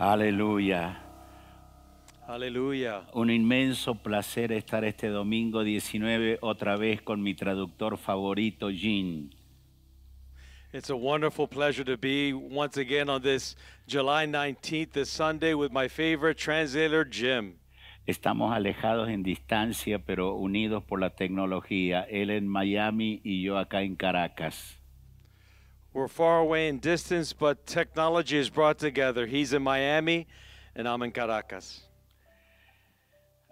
Aleluya. Aleluya. Un inmenso placer estar este domingo 19 otra vez con mi traductor favorito, Jean. It's a wonderful pleasure to be once again on this July 19th, this Sunday, with my favorite translator, Jim. Estamos alejados en distancia, pero unidos por la tecnología. Él en Miami y yo acá en Caracas. We're far away in distance, but technology is brought together. He's in Miami, and I'm in Caracas.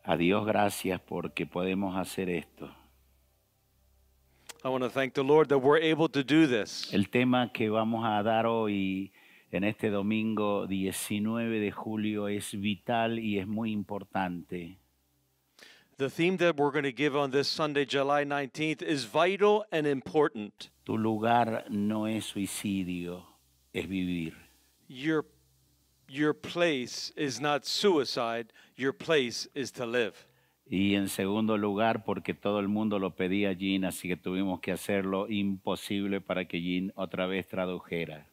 A Dios gracias porque podemos hacer esto. I want to thank the Lord that we're able to do this. El tema que vamos a dar hoy, en este domingo 19 de julio, es vital y es muy importante. The theme that we're going to give on this Sunday, July 19th, is vital and important. Tu lugar no es suicidio, es vivir. Your, your place is not suicide, your place is to live. Y en segundo lugar, porque todo el mundo lo pedía a Jean, así que tuvimos que hacerlo imposible para que Jean otra vez tradujera.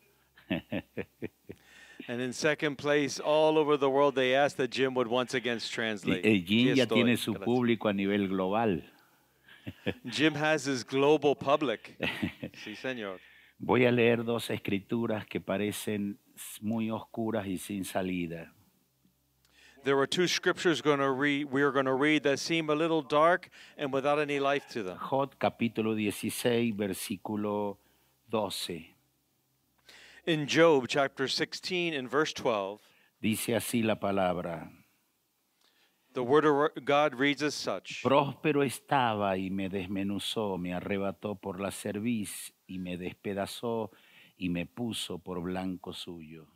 And in second place, all over the world, they asked that Jim would once again Y, translate. eh, Jean ya Estoy. tiene su Gracias. público a nivel global. Jim has his global public. sí, señor. Voy a leer dos escrituras que parecen s- muy oscuras y sin salida. There are two scriptures going to read we are going to read that seem a little dark and without any life to them. Jod capítulo 16, versículo 12. In Job chapter 16 and verse 12, Dice así la palabra. the word of God reads as such. Próspero estaba y me desmenuzó, me arrebató por la cerviz y me despedazó y me puso por blanco suyo.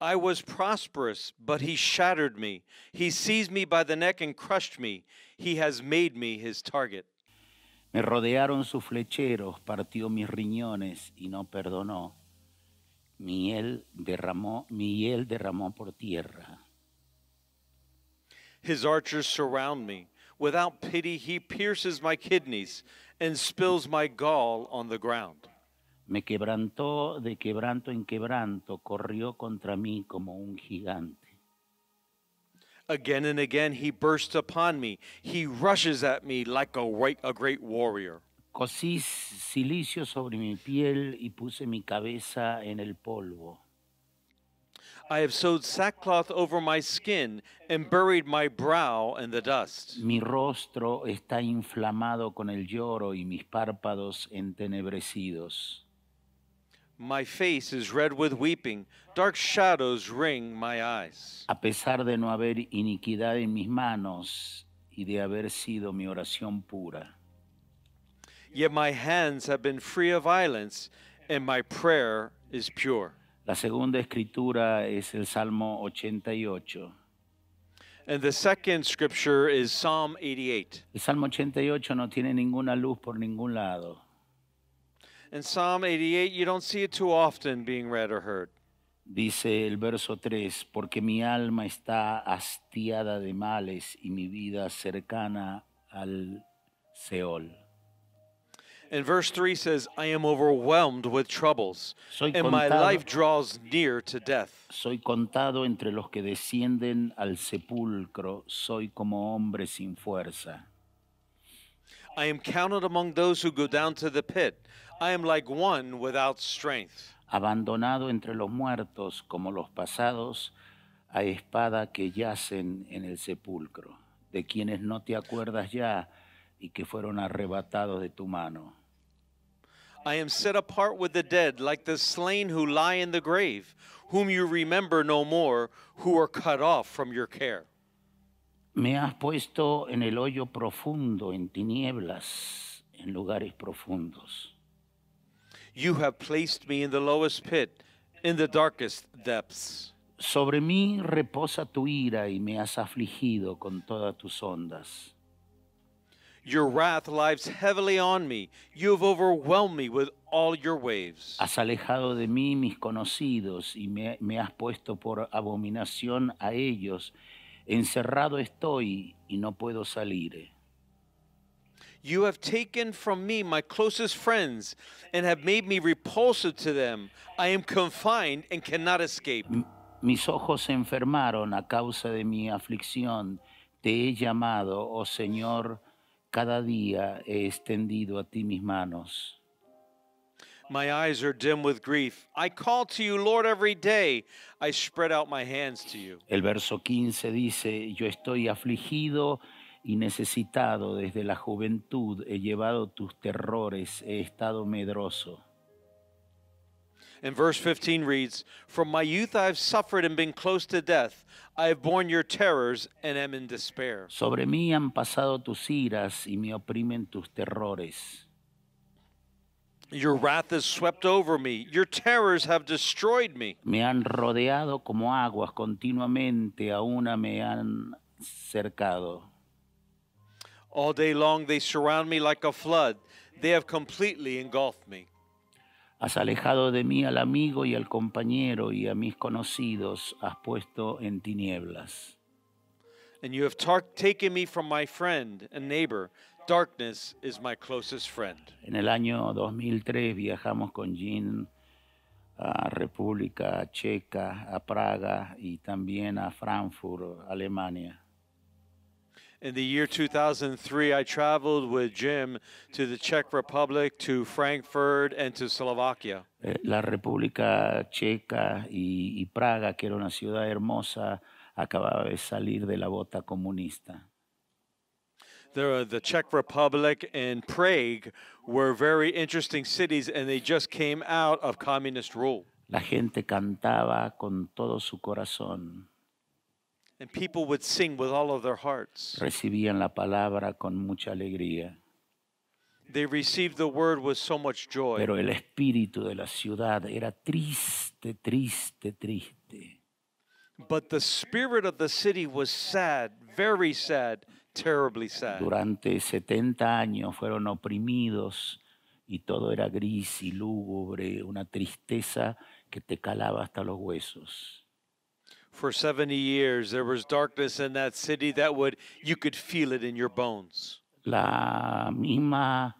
I was prosperous, but he shattered me. He seized me by the neck and crushed me. He has made me his target. Me rodearon sus flecheros, partió mis riñones y no perdonó. Mi él derramó, mi hiel derramó por tierra. His archers surround me. Without pity, he pierces my kidneys and spills my gall on the ground. Me quebrantó de quebranto en quebranto, corrió contra mí como un gigante. Again and again, he bursts upon me. He rushes at me like a, wa- a great warrior. Cosí silicio sobre mi piel y puse mi cabeza en el polvo. I have sewed sackcloth over my skin and buried my brow in the dust. Mi rostro está inflamado con el lloro y mis párpados entenebrecidos. My face is red with weeping. Dark shadows ring my eyes. A pesar de no haber iniquidad en mis manos y de haber sido mi oración pura. Yet my hands have been free of violence, and my prayer is pure. La segunda escritura es el Salmo 88. And the second scripture is Psalm 88. El Salmo 88 no tiene ninguna luz por ningún lado. In Psalm 88, you don't see it too often being read or heard. Dice el verso 3, porque mi alma está hastiada de males y mi vida cercana al Seol. And verse 3 says, I am overwhelmed with troubles, Soy and my contado- life draws near to death. Soy contado entre los que descienden al sepulcro, soy como hombre sin fuerza. I am counted among those who go down to the pit. I am like one without strength. Abandonado entre los muertos, como los pasados, a espada que yacen en el sepulcro, de quienes no te acuerdas ya y que fueron arrebatados de tu mano. I am set apart with the dead, like the slain who lie in the grave, whom you remember no more, who are cut off from your care. Me has puesto en el hoyo profundo, en tinieblas, en lugares profundos. You have placed me in the lowest pit, in the darkest depths. Sobre mí reposa tu ira y me has afligido con todas tus ondas. Your wrath lies heavily on me. You have overwhelmed me with all your waves. Has alejado de mí mis conocidos y me, me has puesto por abominación a ellos. Encerrado estoy y no puedo salir. You have taken from me my closest friends and have made me repulsive to them. I am confined and cannot escape. Mis ojos se enfermaron a causa de mi aflicción. Te he llamado, oh Señor, cada día he extendido a ti mis manos. My eyes are dim with grief. I call to you, Lord, every day. I spread out my hands to you. El verso 15 dice, yo estoy afligido y necesitado desde la juventud, he llevado tus terrores, he estado medroso. And verse 15 reads From my youth I have suffered and been close to death. I have borne your terrors and am in despair. Sobre mí han pasado tus iras y me oprimen tus terrores. Your wrath has swept over me. Your terrors have destroyed me. Me han rodeado como aguas continuamente, a una me han cercado. All day long they surround me like a flood. They have completely engulfed me. Has alejado de mí al amigo y al compañero y a mis conocidos, has puesto en tinieblas. And you have tar- taken me from my friend and neighbor. Darkness is my closest friend. En el año 2003 viajamos con Jean a República Checa, a Praga y también a Frankfurt, Alemania. In the year 2003, I traveled with Jim to the Czech Republic, to Frankfurt, and to Slovakia. Eh, La República Checa y, y Praga, que era una ciudad hermosa, acababa de salir de la bota comunista. The, the Czech Republic and Prague were very interesting cities, and they just came out of communist rule. La gente cantaba con todo su corazón, And people would sing with all of their hearts. recibían la palabra con mucha alegría, They received the word with so much joy. pero el espíritu de la ciudad era triste, triste, triste. But the spirit of the city was sad, very sad, terribly sad. Durante 70 años fueron oprimidos y todo era gris y lúgubre, una tristeza que te calaba hasta los huesos. For 70 years, there was darkness in that city that would, you could feel it in your bones. La misma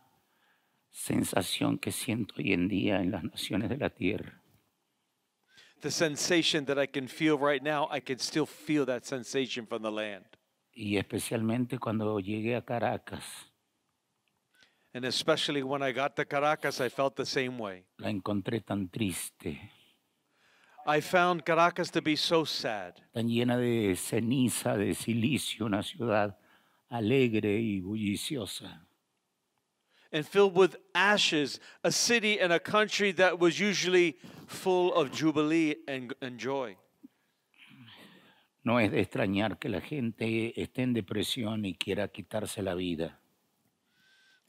sensación que siento hoy en día en las naciones de la tierra. The sensation that I can feel right now, I can still feel that sensation from the land. Y especialmente cuando llegué a Caracas, And especially when I got to Caracas, I felt the same way. la encontré tan triste, I found Caracas to be so sad, tan llena de ceniza, de silicio, una ciudad alegre y bulliciosa. and filled with ashes, a city and a country that was usually full of jubilee and, and joy. No es de extrañar que la gente esté en depresión y quiera quitarse la vida.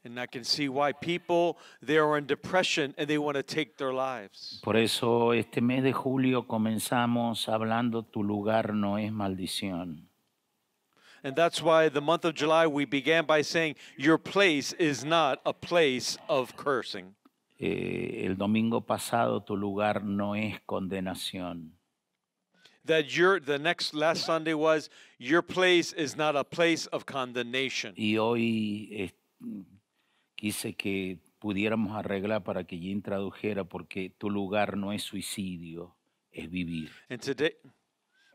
And I can see why people they are in depression and they want to take their lives. Por eso este mes de julio comenzamos hablando tu lugar no es maldición. And that's why the month of July we began by saying your place is not a place of cursing. Eh, el domingo pasado tu lugar no es condenación. That your the next last Sunday was your place is not a place of condemnation. Y hoy eh, quise que pudiéramos arreglar para que Jim tradujera porque tu lugar no es suicidio, es vivir. And today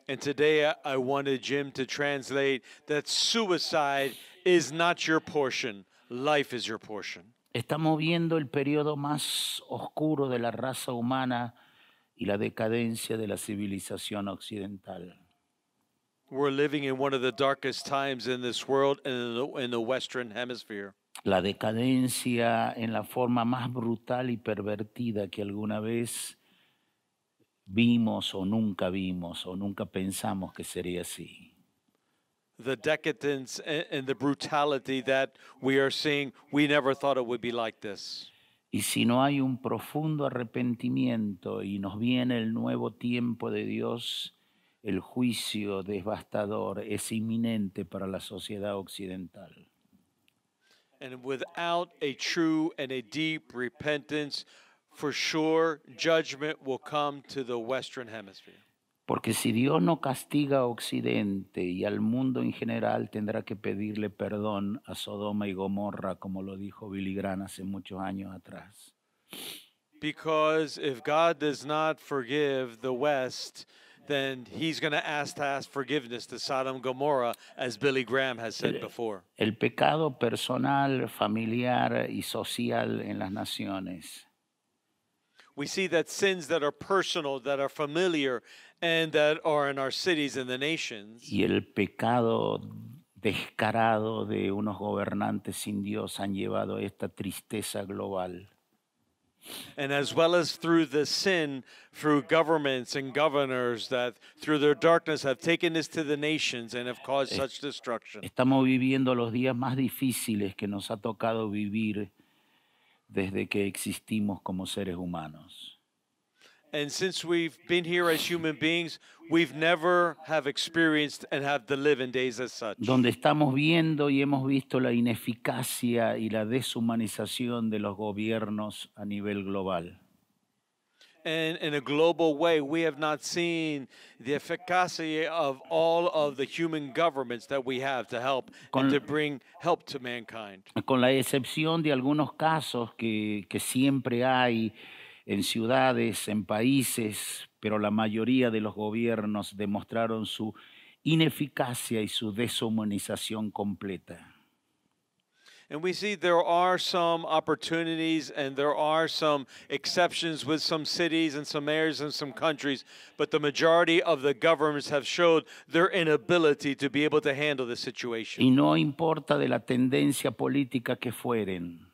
and today I, I wanted Jim to translate that suicide is not your portion. Life is your portion. Estamos viendo el periodo más oscuro de la raza humana y la decadencia de la civilización occidental. We're living in one of the darkest times in this world and in the, in the Western Hemisphere. La decadencia en la forma más brutal y pervertida que alguna vez vimos o nunca vimos o nunca pensamos que sería así. the decadence a- and the brutality that we are seeing, we never thought it would be like this. Y si no hay un profundo arrepentimiento y nos viene el nuevo tiempo de Dios, el juicio devastador es inminente para la sociedad occidental. And without a true and a deep repentance, for sure judgment will come to the Western Hemisphere. Porque si Dios no castiga a Occidente y al mundo en general, tendrá que pedirle perdón a Sodoma y Gomorra, como lo dijo Billy Graham hace muchos años atrás. Because if God does not forgive the West, then he's going to ask to ask forgiveness to Sodom and Gomorrah, as Billy Graham has said before. El pecado personal, familiar y social en las naciones. We see that sins that are personal, that are familiar, and that are in our cities and the nations, y el pecado descarado de unos gobernantes sin Dios han llevado a esta tristeza global. and as well as through the sin through governments and governors that through their darkness have taken this to the nations and have caused such destruction. Estamos viviendo los días más difíciles que nos ha tocado vivir desde que existimos como seres humanos. And since we've been here as human beings, we've never have experienced and have to live in days as such. Donde estamos viendo y hemos visto la ineficacia y la deshumanización de los gobiernos a nivel global. And in a global way, we have not seen the efficacy of all of the human governments that we have to help Con- and to bring help to mankind. con la excepción de algunos casos que, que siempre hay en ciudades, en países, pero la mayoría de los gobiernos demostraron su ineficacia y su deshumanización completa. And we see there are some opportunities and there are some exceptions with some cities and some mayors and some countries, but the majority of the governments have showed their inability to be able to handle the situation. Y no importa de la tendencia política que fueren,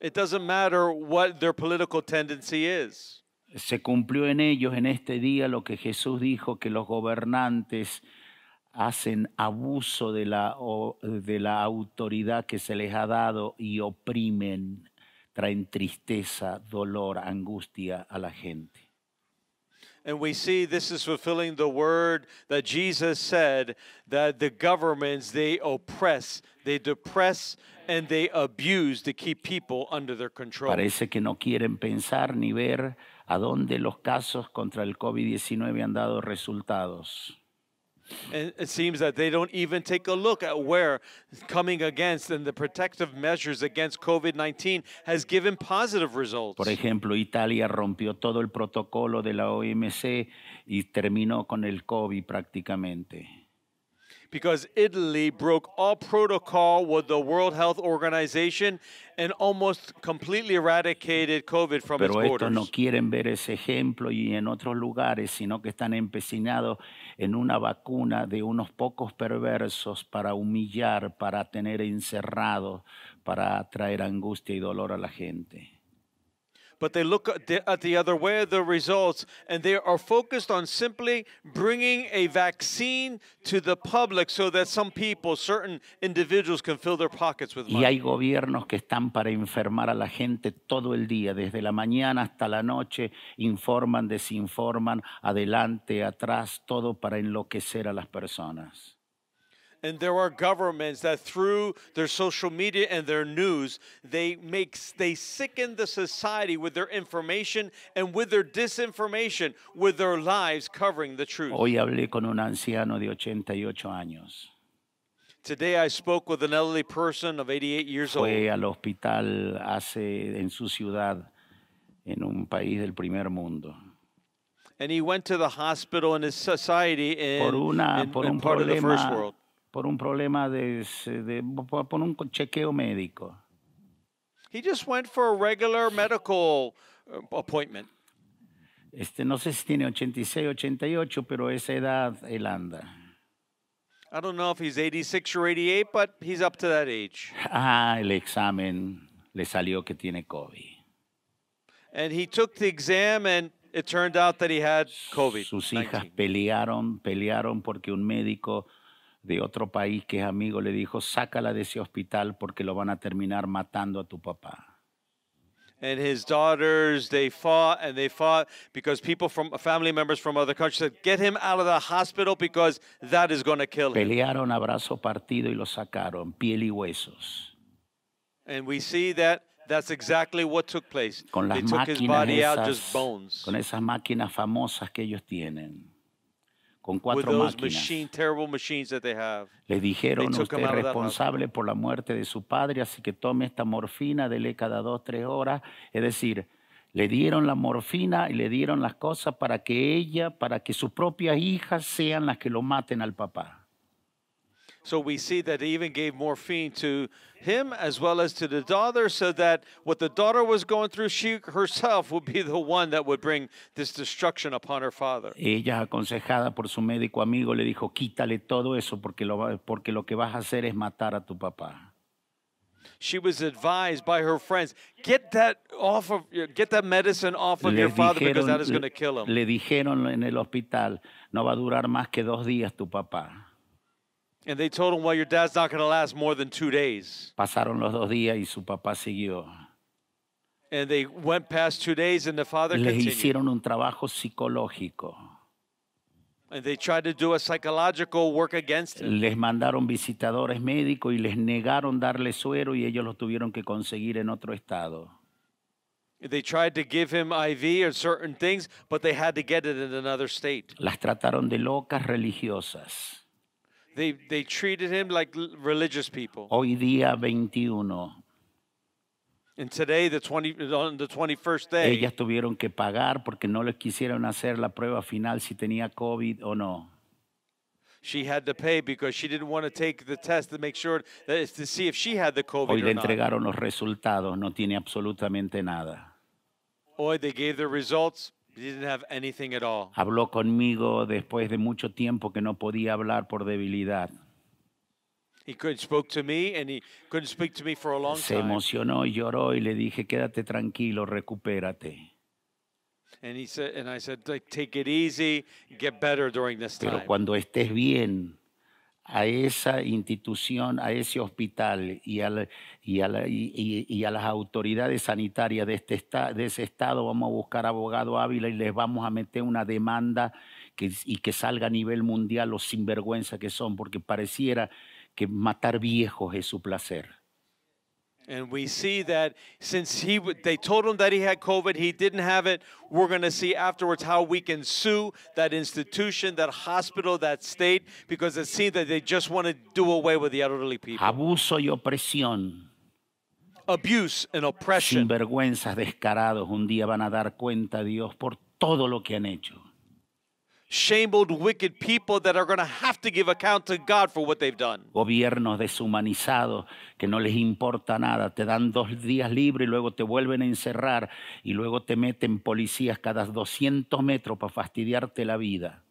It doesn't matter what their political tendency is. se cumplió en ellos en este día lo que Jesús dijo, que los gobernantes hacen abuso de la, o- de la autoridad que se les ha dado y oprimen, traen tristeza, dolor, angustia a la gente. And we see this is fulfilling the word that Jesus said that the governments they oppress, they depress, and they abuse to keep people under their control. Parece que no quieren pensar ni ver a dónde los casos contra el COVID-19 han dado resultados. And it seems that they don't even take a look at where coming against and the protective measures against COVID 19 has given positive results. Por ejemplo, Italia rompió todo el protocolo de la OMC y terminó con el COVID prácticamente. Because Italy broke all protocol with the World Health Organization and almost completely eradicated COVID from its Pero estos borders. no quieren ver ese ejemplo y en otros lugares, sino que están empecinados en una vacuna de unos pocos perversos para humillar, para tener encerrado, para traer angustia y dolor a la gente. But they look at the, at the other way of the results, and they are focused on simply bringing a vaccine to the public so that some people, certain individuals, can fill their pockets with Y money. hay gobiernos que están para enfermar a la gente todo el día, desde la mañana hasta la noche, informan, desinforman, adelante, atrás, todo para enloquecer a las personas. And there are governments that, through their social media and their news, they make they sicken the society with their information and with their disinformation, with their lies covering the truth. Hoy hablé con un anciano de 88 años. Today, I spoke with an elderly person of 88 years old. fue al hospital hace en su ciudad en un país del primer mundo And he went to the hospital in his society in, por una in- por in un part of the first problema world por un problema de, se- de- por por un co- chequeo médico he just went for a regular medical uh, appointment este no sé si tiene 86 88 pero a esa edad él anda i don't know if he's 86 or 88 but he's up to that age ah el examen le salió que tiene covid and he took the exam and it turned out that he had covid sus hijas pelearon pelearon porque un médico de otro país que es amigo le dijo sácala de ese hospital porque lo van a terminar matando a tu papá and his daughters they fought and they fought because people from family members from other countries said get him out of the hospital because that is going to kill him Pelearon a brazo partido y lo sacaron, piel y huesos. and we see that that's exactly what took place Con they las took his máquinas body out esas, just bones con esas máquinas famosas que ellos tienen. Con with cuatro those máquinas. machine terrible machines that they have Les dijeron, took usted him es out of that responsable por la muerte de su padre, así que tome esta morfina, dele cada dos, tres horas. Es decir, le dieron la morfina y le dieron las cosas para que ella, para que sus propias hijas sean las que lo maten al papá. So we see that they even gave morphine to him as well as to the daughter, so that what the daughter was going through, she herself would be the one that would bring this destruction upon her father. Ella, aconsejada por su médico amigo, le dijo, quítale todo eso porque lo, va- porque lo que vas a hacer es matar a tu papá. She was advised by her friends, get that off of your, get that medicine off of your Les father because that is dijeron, going to kill him. le dijeron en el hospital, no va a durar más que dos días tu papá. And they told him, well, your dad's not going to last more than two days. Pasaron los dos días y su papá siguió. And they went past two days, and the father les continued. hicieron un trabajo psicológico. And they tried to do a psychological work against him. Les mandaron visitadores médicos y les negaron darle suero y ellos lo tuvieron que conseguir en otro estado. They tried to give him IV or certain things, but they had to get it in another state. Las trataron de locas religiosas. They they treated him like l- religious people. Hoy día 21, And today, the twenty on the twenty first day, ellas tuvieron que pagar porque no les quisieron hacer la prueba final si tenía COVID o no. she had to pay because she didn't want to take the test to make sure that it's to see if she had the COVID Hoy le or not. entregaron los resultados, no tiene absolutamente nada. Or they gave the results. He didn't have anything at all. Habló conmigo después de mucho tiempo que no podía hablar por debilidad. He couldn't spoke to me, and he couldn't speak to me for a long Se time. emocionó y lloró y le dije, quédate tranquilo, recupérate. And he said, and I said, like, take it easy, get better during this Pero time. cuando estés bien, a esa institución, a ese hospital y a, la- y a la- y- y- y a las autoridades sanitarias de, este esta- de ese estado, vamos a buscar abogado Ávila y les vamos a meter una demanda que, y que salga a nivel mundial los sinvergüenza que son, porque pareciera que matar viejos es su placer. And we see that since he w- they told him that he had COVID, he didn't have it. We're going to see afterwards how we can sue that institution, that hospital, that state, because it seems that they just want to do away with the elderly people. Abuso y opresión. Abuse and oppression. sinvergüenzas descarados un día van a dar cuenta a Dios por todo lo que han hecho. Shambled, wicked people that are going to have to give account to God for what they've done. Gobiernos deshumanizados que no les importa nada, te dan dos días libres y luego te vuelven a encerrar y luego te meten policías cada 200 metros para fastidiarte la vida.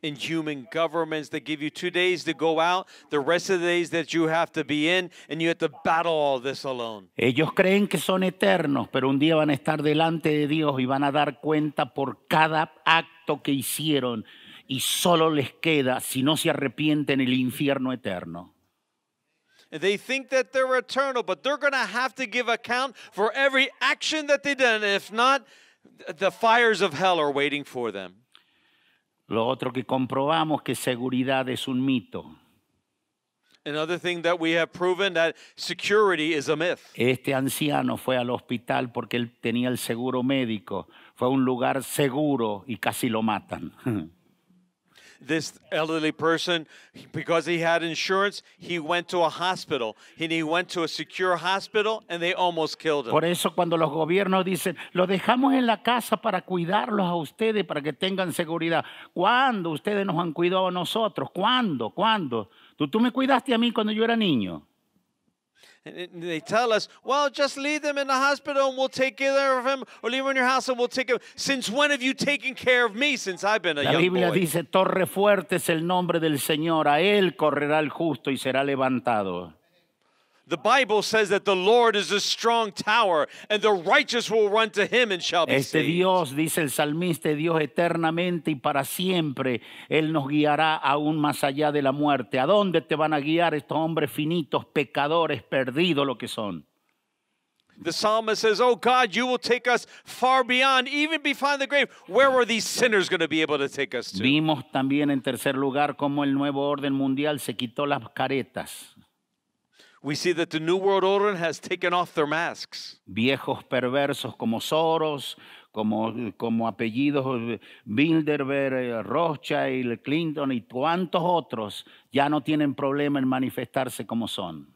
In human governments, they give you two days to go out, the rest of the days that you have to be in, and you have to battle all this alone. Ellos creen que son eternos, pero un día van a estar delante de Dios y van a dar cuenta por cada acto que hicieron y solo les queda, si no se arrepienten, el infierno eterno. And They think that they're eternal, but they're going to have to give account for every action that they done. And if not, th- the fires of hell are waiting for them. Lo otro que comprobamos que seguridad es un mito. Another thing that we have proven that security is a myth. Este anciano fue al hospital porque él tenía el seguro médico. Fue a un lugar seguro y casi lo matan. This elderly person, he- because he had insurance, he went to a hospital. And he went to a secure hospital and they almost killed him. Por eso cuando los gobiernos dicen, lo dejamos en la casa para cuidarlos a ustedes, para que tengan seguridad. ¿Cuándo ustedes nos han cuidado a nosotros? ¿Cuándo? ¿Cuándo? Tú, tú me cuidaste a mí cuando yo era niño. And it- and they tell us, well, just leave them in the hospital and we'll take care of him, or leave him in your house and we'll take him. Since when have you taken care of me since I've been a La young Biblia boy? dice, torre fuerte es el nombre del Señor, a él correrá el justo y será levantado. The Bible says that the Lord is a strong tower, and the righteous will run to him and shall be Este saved. Dios, dice el salmista, es Dios eternamente y para siempre, Él nos guiará aún más allá de la muerte. ¿A dónde te van a guiar estos hombres finitos, pecadores, perdidos lo que son? The psalmist says, Oh God, you will take us far beyond, even beyond the grave. Where are these sinners going to be able to take us to? Vimos también en tercer lugar cómo el nuevo orden mundial se quitó las caretas. We see that the New World Order has taken off their masks. Viejos perversos como Soros, como, como apellidos eh, Bilderberg, eh, Rothschild, Clinton y cuantos otros ya no tienen problema en manifestarse como son.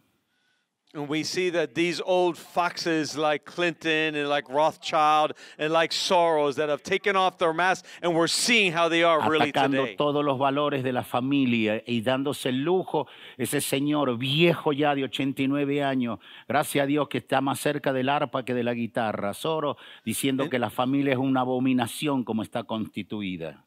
And we see that these old foxes like Clinton and like Rothschild and like Soros that have taken off their masks, and we're seeing how they are really atacando today. todos los valores de la familia y dándose el lujo, ese señor viejo ya de 89 años, gracias a Dios que está más cerca del arpa que de la guitarra, Soro, diciendo que la familia es una abominación como está constituida.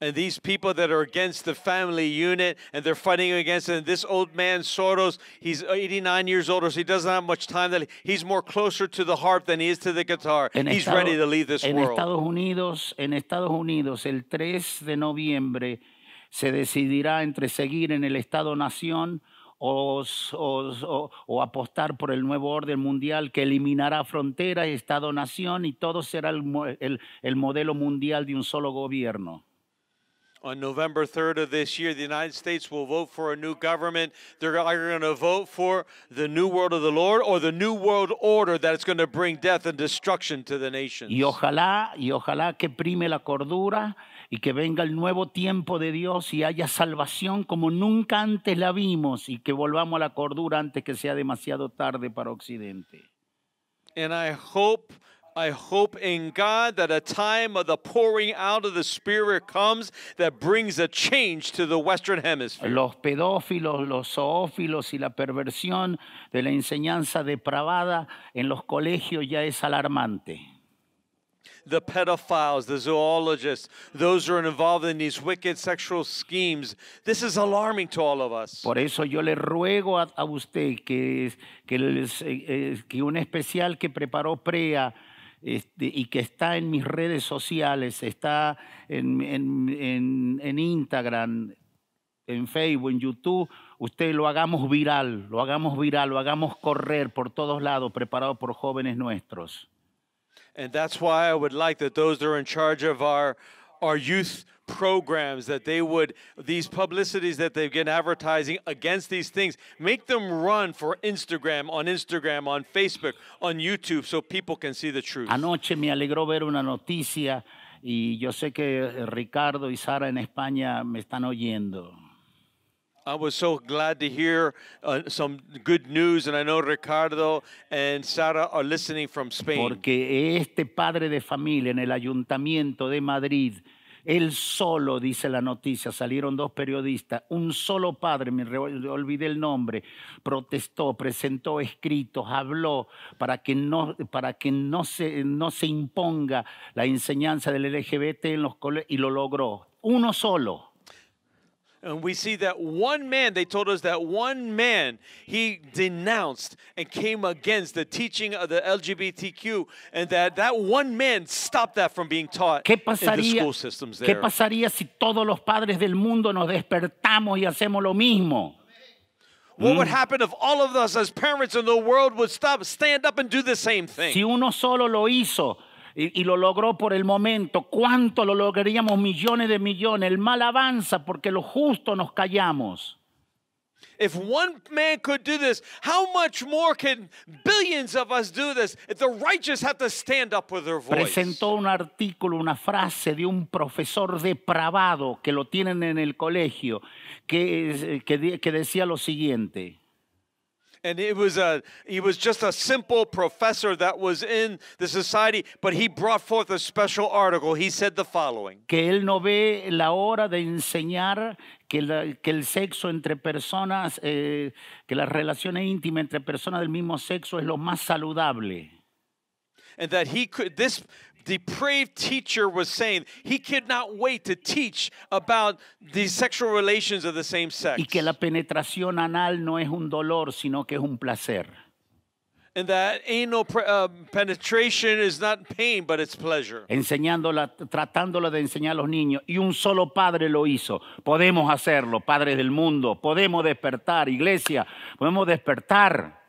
And these people that are against the family unit and they're fighting against it. And this old man, Soros, he's 89 years old, so he doesn't have much time. That he's more closer to the harp than he is to the guitar. En, he's Estado- ready to leave this en world. Estados Unidos, en Estados Unidos, el 3 de noviembre se decidirá entre seguir en el Estado-Nación o, s- o s- o- o apostar por el nuevo orden mundial que eliminará fronteras, Estado-Nación y todo será el, mo- el- el modelo mundial de un solo gobierno. On November 3rd of this year, the United States will vote for a new government. They're either going to vote for the new world of the Lord or the new world order that is going to bring death and destruction to the nations. Y ojalá, y ojalá que prime la cordura y que venga el nuevo tiempo de Dios y haya salvación como nunca antes la vimos y que volvamos a la cordura antes que sea demasiado tarde para Occidente. And I hope, I hope in God that a time of the pouring out of the Spirit comes that brings a change to the Western Hemisphere. Los pedófilos, los zoófilos y la perversión de la enseñanza depravada en los colegios ya es alarmante. The pedophiles, the zoologists, those who are involved in these wicked sexual schemes. This is alarming to all of us. Por eso yo le ruego a, a usted que, es- que, les- eh, eh, que un especial que preparó PREA este, y que está en mis redes sociales, está en, en- en- en Instagram, en Facebook, en YouTube, usted lo hagamos viral, lo hagamos viral, lo hagamos correr por todos lados, preparado por jóvenes nuestros. And that's why I would like that those that are in charge of our our youth programs that they would these publicities that they've been advertising against these things make them run for Instagram on Instagram on Facebook on YouTube so people can see the truth. Anoche me alegró ver una noticia y yo sé que eh, Ricardo y Sara en España me están oyendo. I was so glad to hear uh, some good news and I know Ricardo and Sara are listening from Spain. Porque este padre de familia en el ayuntamiento de Madrid, él solo, dice la noticia, salieron dos periodistas, un solo padre, me re- olvidé el nombre, protestó, presentó escritos, habló para que no, para que no, se, no se imponga la enseñanza del LGBT en los colegios y lo logró. Uno solo. And we see that one man, they told us that one man, he denounced and came against the teaching of the LGBTQ, and that that one man stopped that from being taught ¿Qué in the pasaría, school systems ¿Qué there. pasaría si todos los padres del mundo nos despertamos y hacemos lo mismo? What Mm. would happen if all of us as parents in the world would stop, stand up and do the same thing? Si uno solo lo hizo y, y lo logró por el momento, ¿cuánto lo lograríamos? Millones de millones. El mal avanza porque lo justo nos callamos. If one man could do this, how much more can billions of us do this if the righteous have to stand up with their voice? Presentó un artículo, una frase de un profesor depravado que lo tienen en el colegio, que, es- que de- que decía lo siguiente. And it was a he was just a simple professor that was in the society, but he brought forth a special article. He said the following. que él no ve la hora de enseñar que, la- que el sexo entre personas, eh, que las relaciones íntimas entre personas del mismo sexo es lo más saludable. And that he could this depraved teacher was saying he could not wait to teach about the sexual relations of the same sex. y que la penetración anal no es un dolor, sino que es un placer. And that anal pre- uh, penetration is not pain, but it's pleasure. Enseñándola, tratándola de enseñar a los niños. Y un solo padre lo hizo. Podemos hacerlo, padres del mundo. Podemos despertar, iglesia. Podemos despertar.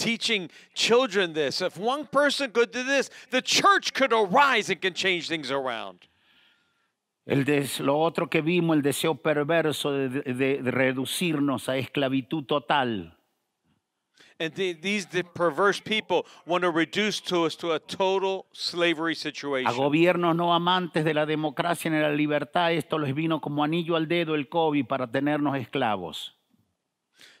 teaching children this. If one person could do this, the church could arise and can change things around. El des- lo otro que vimos, el deseo perverso de, de- de reducirnos a esclavitud total. And the, these the perverse people want to reduce to us to a total slavery A situation. gobiernos no amantes de la democracia ni de la libertad, esto les vino como anillo al dedo el COVID para tenernos esclavos.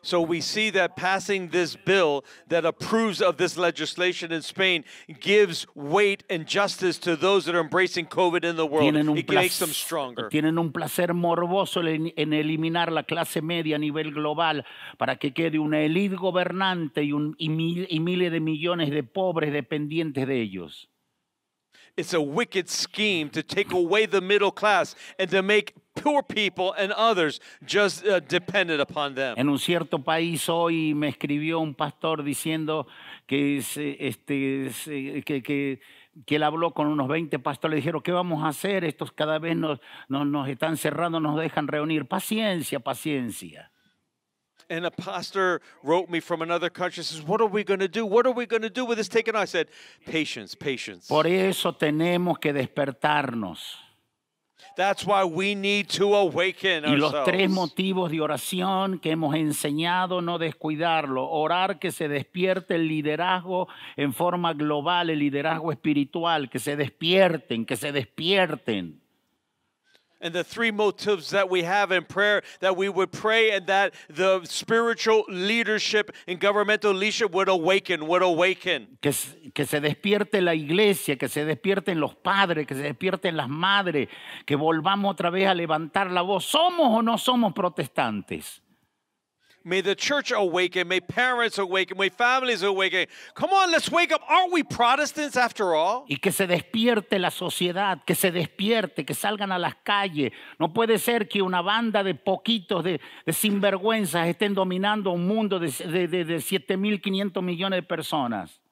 So we see that passing this bill that approves of this legislation in Spain gives weight and justice to those that are embracing COVID in the world. Tienen un, It makes them placer, stronger. tienen un placer morboso en en eliminar la clase media a nivel global para que quede una élite gobernante y, un- y mil- y miles de millones de pobres dependientes de ellos. It's a wicked scheme to take away the middle class and to make poor people and others just uh, dependent upon them. En un cierto país hoy me escribió un pastor diciendo que, es, eh, este, es, eh, que, que- que él habló con unos 20 pastores, le dijeron, ¿qué vamos a hacer? Estos cada vez nos, nos, nos están cerrando, nos dejan reunir. Paciencia, paciencia. And a pastor wrote me from another country says, What are we going to do? What are we going to do with this taken? I said, Patience, patience. Por eso tenemos que despertarnos. That's why we need to awaken Y los tres ourselves. motivos de oración que hemos enseñado, no descuidarlo. Orar que se despierte el liderazgo en forma global, el liderazgo espiritual, que se despierten, que se despierten. And the three motives that we have in prayer that we would pray and that the spiritual leadership and governmental leadership would awaken, would awaken. Que, s- que se despierte la iglesia, que se despierten los padres, que se despierten las madres, que volvamos otra vez a levantar la voz. ¿Somos o no somos protestantes? May the church awaken. May parents awaken. May families awaken. Come on, let's wake up. Aren't we Protestants after all? Y que se despierte la sociedad, que se despierte, que salgan a las calles. No puede ser que una banda de poquitos, de, de sinvergüenzas, estén dominando un mundo de, de, de- de 7.500 millones de personas.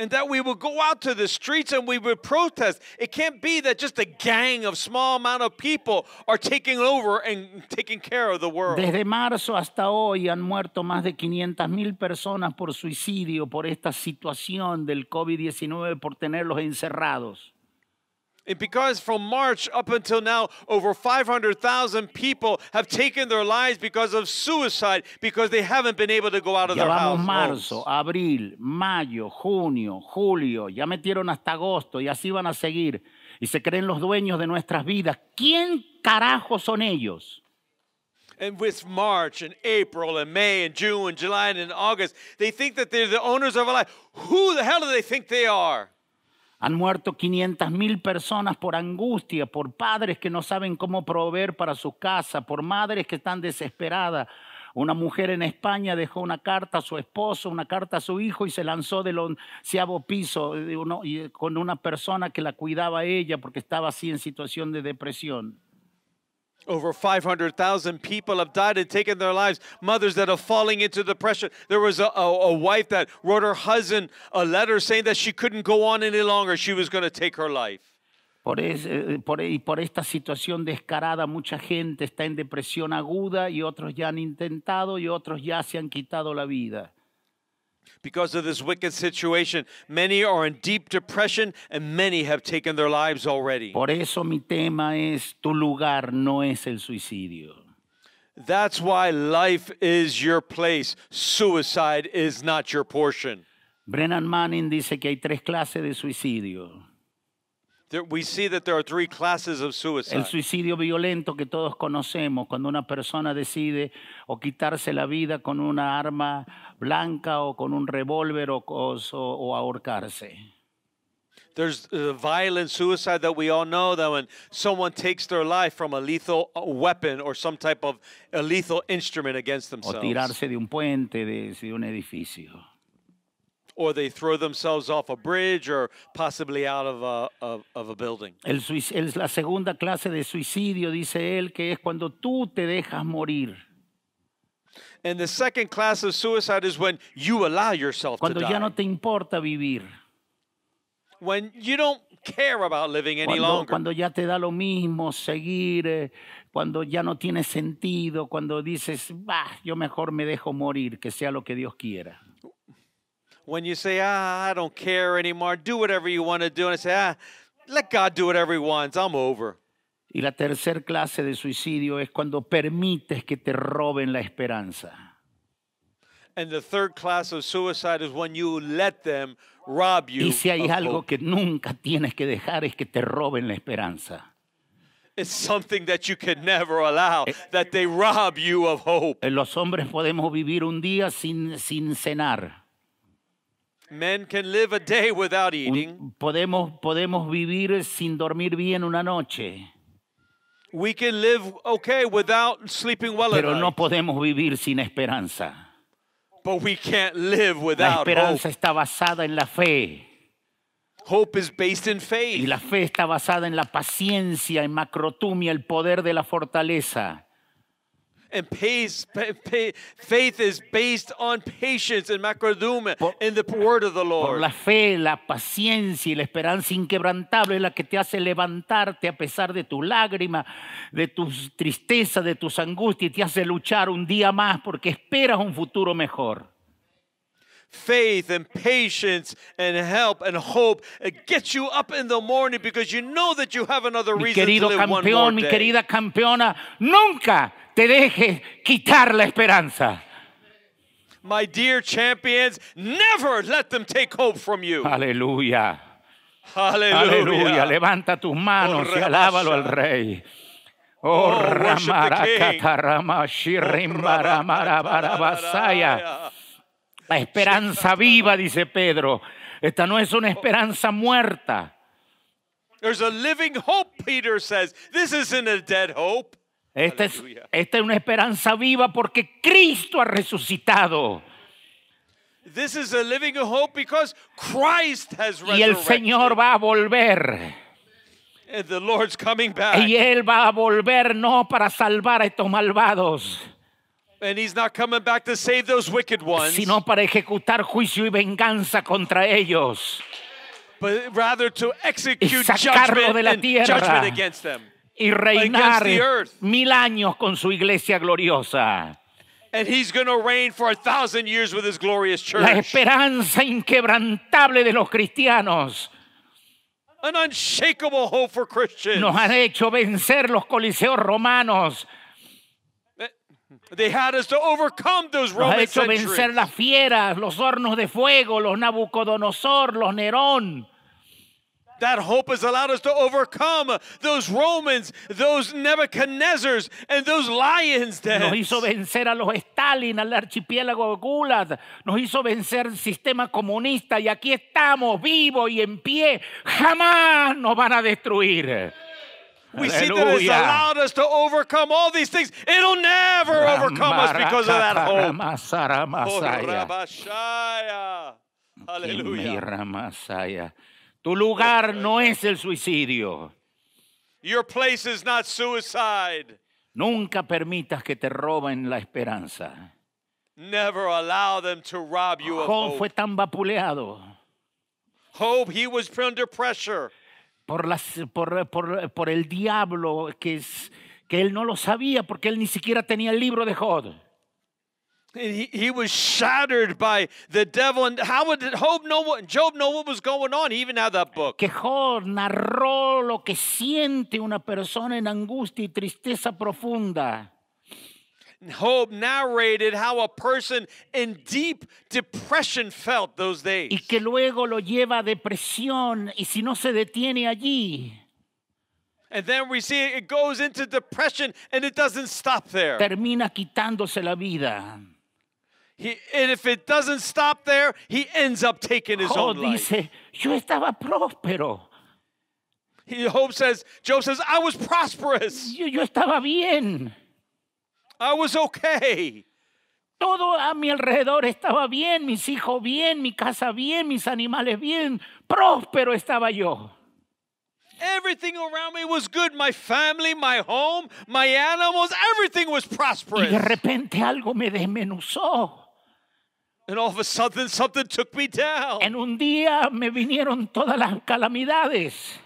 And that we would go out to the streets and we would protest. It can't be that just a gang of small amount of people are taking over and taking care of the world. Desde marzo hasta hoy han muerto más de 500.000 personas por suicidio, por esta situación del COVID-19, por tenerlos encerrados. And because from March up until now, over 500,000 people have taken their lives because of suicide because they haven't been able to go out of their Llevamos house. marzo, abril, mayo, junio, julio, ya metieron hasta agosto y así van a seguir. Y se creen los dueños de nuestras vidas. ¿Quién carajo son ellos? And with March and April and May and June and July and in August, they think that they're the owners of a life. Who the hell do they think they are? Han muerto 500 mil personas por angustia, por padres que no saben cómo proveer para su casa, por madres que están desesperadas. Una mujer en España dejó una carta a su esposo, una carta a su hijo y se lanzó del onceavo piso de uno- y- eh, con una persona que la cuidaba a ella porque estaba así en situación de depresión. Over 500,000 people have died and taken their lives. Mothers that are falling into depression. There was a, a, a wife that wrote her husband a letter saying that she couldn't go on any longer. She was going to take her life. Por, es- eh, por- y por esta situación descarada, mucha gente está en depresión aguda y otros ya han intentado y otros ya se han quitado la vida. Because of this wicked situation, many are in deep depression and many have taken their lives already. Por eso mi tema es, tu lugar no es el suicidio. That's why life is your place. Suicide is not your portion. Brennan Manning dice que hay tres clases de suicidio. There, we see that there are three classes of El suicide. suicidio violento que todos conocemos, cuando una persona decide o quitarse la vida con una arma blanca o con un revólver o, cos- o- o ahorcarse. There's the violent suicide that we all know that when someone takes their life from a lethal uh, weapon or some type of a lethal instrument against O themselves, tirarse de un puente, de- de un edificio. or they throw themselves off a bridge or possibly out of a, of, of a building. El suic- el- la segunda clase de suicidio, dice él, que es cuando tú te dejas morir. And the second class of suicide is when you allow yourself Cuando to die. ya no te importa vivir. when you don't care about living any Cuando, longer. cuando ya te da lo mismo seguir, eh, cuando ya no tiene sentido, cuando dices, bah, yo mejor me dejo morir, que sea lo que Dios quiera. when you say, ah, I don't care anymore, do whatever you want to do, and I say, ah, let God do whatever He wants, I'm over. Y la tercer clase de suicidio es cuando permites que te roben la esperanza. And the third class of suicide is when you let them rob you. Y si hay of algo hope. que nunca tienes que dejar es que te roben la esperanza. It's something that you can never allow, that they rob you of hope. Eh, Los hombres podemos vivir un día sin, sin cenar. Men can live a day without Un- eating. podemos, podemos vivir sin dormir bien una noche. We can live okay without sleeping well at Pero night, no podemos vivir sin esperanza. but we can't live La without hope. esperanza está basada en la fe. Hope is based in Y faith. la fe está basada en la paciencia, en macrotumia, el poder de la fortaleza. And pace, pa- pa- faith is based on patience and macrodume Por- in the word of the Por Lord. la fe, la paciencia y la esperanza inquebrantable es la que te hace levantarte a pesar de tus lágrimas, de tus tristezas, de tus angustias, y te hace luchar un día más porque esperas un futuro mejor. Faith and patience and help and hope it gets you up in the morning because you know that you have another Mi reason to querido live one more campeón, mi day. querida campeona, nunca te dejes quitar la esperanza. My dear champions, never let them take hope from you. Ah, Aleluya. Aleluya, Hallelujah. levanta tus manos Oh, y alábalo al Ramasha. rey. Oh, Oh, worship the King. Ramaracatarama La esperanza viva, dice Pedro. Esta no es Oh. una esperanza muerta. There's a living hope, Peter says. This isn't a dead hope. Esta es, Aleluya. esta es una esperanza viva porque Cristo ha resucitado. This is a living hope because Christ has Y el resurrected. Señor va a volver. And the Lord's coming back. Y Él va a volver no para salvar a estos malvados. And he's not coming back to save those wicked ones, sino para ejecutar juicio y venganza contra ellos but rather to execute sacarlo judgment, de la and tierra. judgment against them. y reinar the earth. mil años con su iglesia gloriosa. And he's going to reign for a thousand years with his glorious La church. esperanza inquebrantable de los cristianos An unshakable hope for Christians. nos han hecho vencer los coliseos romanos, Eh, They had us to overcome those nos ha Roman hecho centuries. vencer las fieras, los hornos de fuego, los Nabucodonosor, los Nerón. That hope has allowed us to overcome those Romans, those Nebuchadnezzars, and those lions. Nos Then hizo vencer a los Stalin, al archipiélago Gulag, nos hizo vencer el sistema comunista y aquí estamos vivos y en pie. Jamás nos van a destruir. we see that it's allowed us to overcome all these things. It'll never overcome us because of that hope. Oh, hope. Rabashaya. Hallelujah. Tu lugar no es el suicidio. Your place is not suicide. Nunca permitas que te roben la esperanza. Never allow them to rob you of Job fue hope. tan vapuleado. Hope, he was under pressure. por, las, por, por- por el diablo, que, es, que él no lo sabía porque él ni siquiera tenía el libro de Job. And he, he was shattered by the devil. And how would Job know what Job know what was going on? He even had that book. Que Job narró lo que siente una persona en angustia y tristeza profunda. Job narrated how a person in deep depression felt those days. Y que luego lo lleva a depresión y si no se detiene allí, And then we see it goes into depression and it doesn't stop there. termina quitándose la vida. He, and if it doesn't stop there, he ends up taking his Job own life. Oh, dice, yo estaba próspero, He, Job says, Job says, I was prosperous. yo, yo estaba bien, I was okay. Todo a mi alrededor estaba bien, mis hijos bien, mi casa bien, mis animales bien, próspero estaba yo. Everything around me was good. My family, my home, my animals, everything was Y de prosperous. repente algo me desmenuzó. And all of a sudden, something took me down. En un día me vinieron todas las calamidades.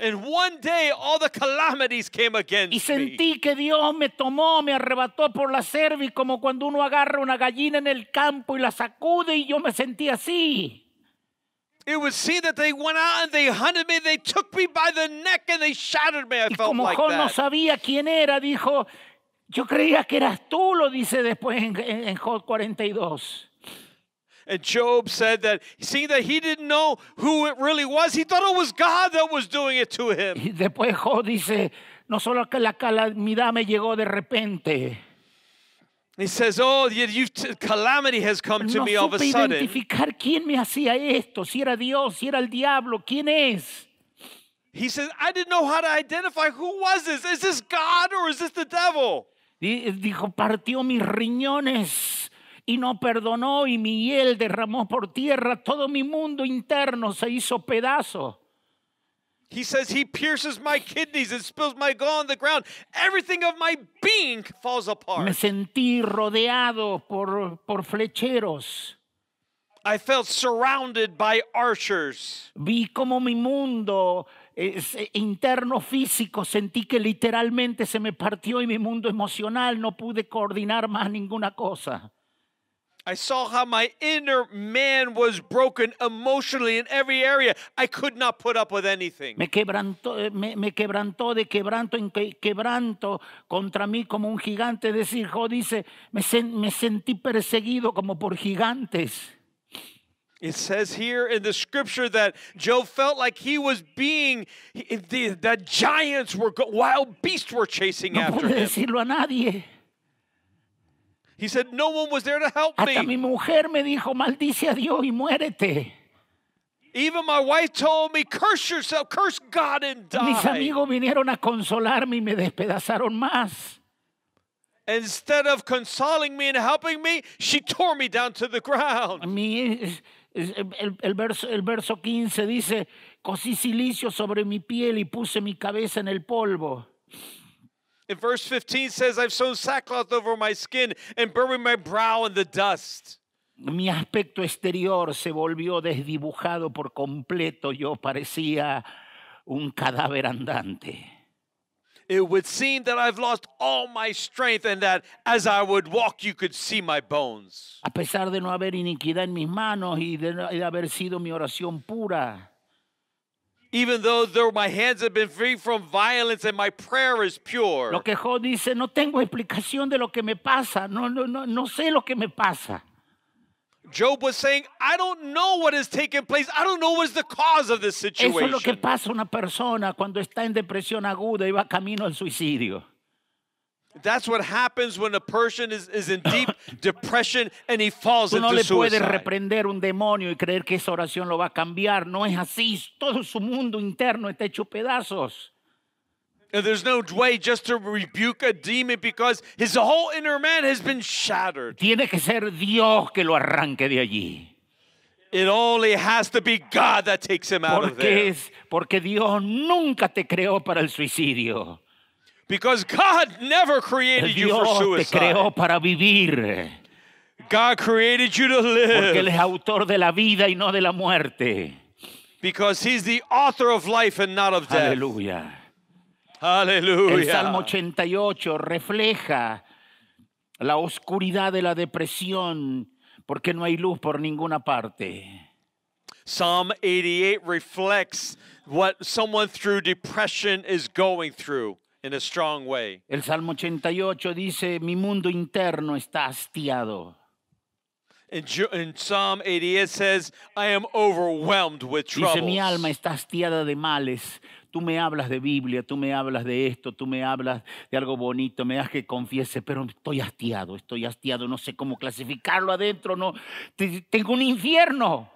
And one day all the calamities came Y against me. sentí que Dios me tomó, me arrebató por la cerviz, como cuando uno agarra una gallina en el campo y la sacude, y yo me sentí así. It was seen that they went out and they hunted me, they took me by the neck and they shattered me. I Y felt como like Job no that. sabía quién era, dijo, yo creía que eras tú, lo dice después en, en, en Job 42. And Job said that, seeing that he didn't know who it really was, he thought it was God that was doing it to him. Y después Job dice, no solo que la calamidad me llegó de repente, He says, Oh, you, you t- calamity has come to no me all of supe a sudden. identificar quién me hacía esto, si era Dios, si era el diablo, quién es. He says, I didn't know how to identify who was this. Is this God or is this the devil? Di- Dijo, partió mis riñones y no perdonó y mi hiel derramó por tierra, todo mi mundo interno se hizo pedazo. He says, He pierces my kidneys and spills my gall on the ground. Everything of my being falls Me apart. sentí rodeado por, por flecheros. I felt surrounded by archers. Vi como mi mundo eh, se- interno físico, sentí que literalmente se me partió y mi mundo emocional no pude coordinar más ninguna cosa. I saw how my inner man was broken emotionally in every area. I could not put up with anything. Me quebrantó, eh, me, me quebrantó de quebranto en que- quebranto contra mí como un gigante. Es decir, Jo dice, me, sen- me sentí perseguido como por gigantes. It says here in the scripture that Job felt like he was being, he- the, the giants were, go- wild beasts were chasing No after pude him. decirlo a nadie. He said, No one was there to help Hasta mi me. mujer me dijo, maldice a Dios y muérete. Even my wife told me, Curse yourself, curse God and Mis die. amigos vinieron a consolarme y me despedazaron más. Instead of consoling me and helping me, she tore me down to the ground. Mi- es- es- el, el verso, el verso 15 dice, cosí silicio sobre mi piel y puse mi cabeza en el polvo. And verse 15 says, I've sewn sackcloth over my skin and buried my brow in the dust. Mi aspecto exterior se volvió desdibujado por completo. Yo parecía un cadáver andante. It would seem that I've lost all my strength and that as I would walk, you could see my bones. A pesar de no haber iniquidad en mis manos y de, no- y de haber sido mi oración pura, Even though though my hands have been free from violence and my prayer is pure. lo que Job dice, no tengo explicación de lo que me pasa, no, no, no, no sé lo que me pasa. Job was saying, I don't know what has taken place. I don't know what is the cause of this Eso es lo que situation. pasa a una persona cuando está en depresión aguda y va camino al suicidio. That's what happens when a person is, is in deep depression and he falls Tú no into le puedes Pues suicide. reprender un demonio y creer que esa oración lo va a cambiar. No es así. Todo su mundo interno está hecho pedazos. And there's no way just to rebuke a demon because his whole inner man has been shattered. Tiene que ser Dios que lo arranque de allí. It only has to be God that takes him out of Porque, there. es, porque Dios nunca te creó para el suicidio. Because God never created you for Dios te creó suicide. para vivir. God created you to Porque Él es live. autor de la vida y no de la muerte. Because he's the author of life and not of death. Aleluya. El Salmo Hallelujah. 88 refleja la oscuridad de la depresión porque no hay luz por ninguna parte. Psalm 88 reflects what someone through depression is going through in a strong way. El Salmo 88 dice, mi mundo interno está hastiado. In, Ju- in Psalm 88 says, I am overwhelmed with Dice, mi alma troubles. está hastiada de males. Tú me hablas de Biblia, tú me hablas de esto, tú me hablas de algo bonito, me das que confiese, pero estoy hastiado, estoy hastiado, no sé cómo clasificarlo adentro, no. Te- Tengo un infierno.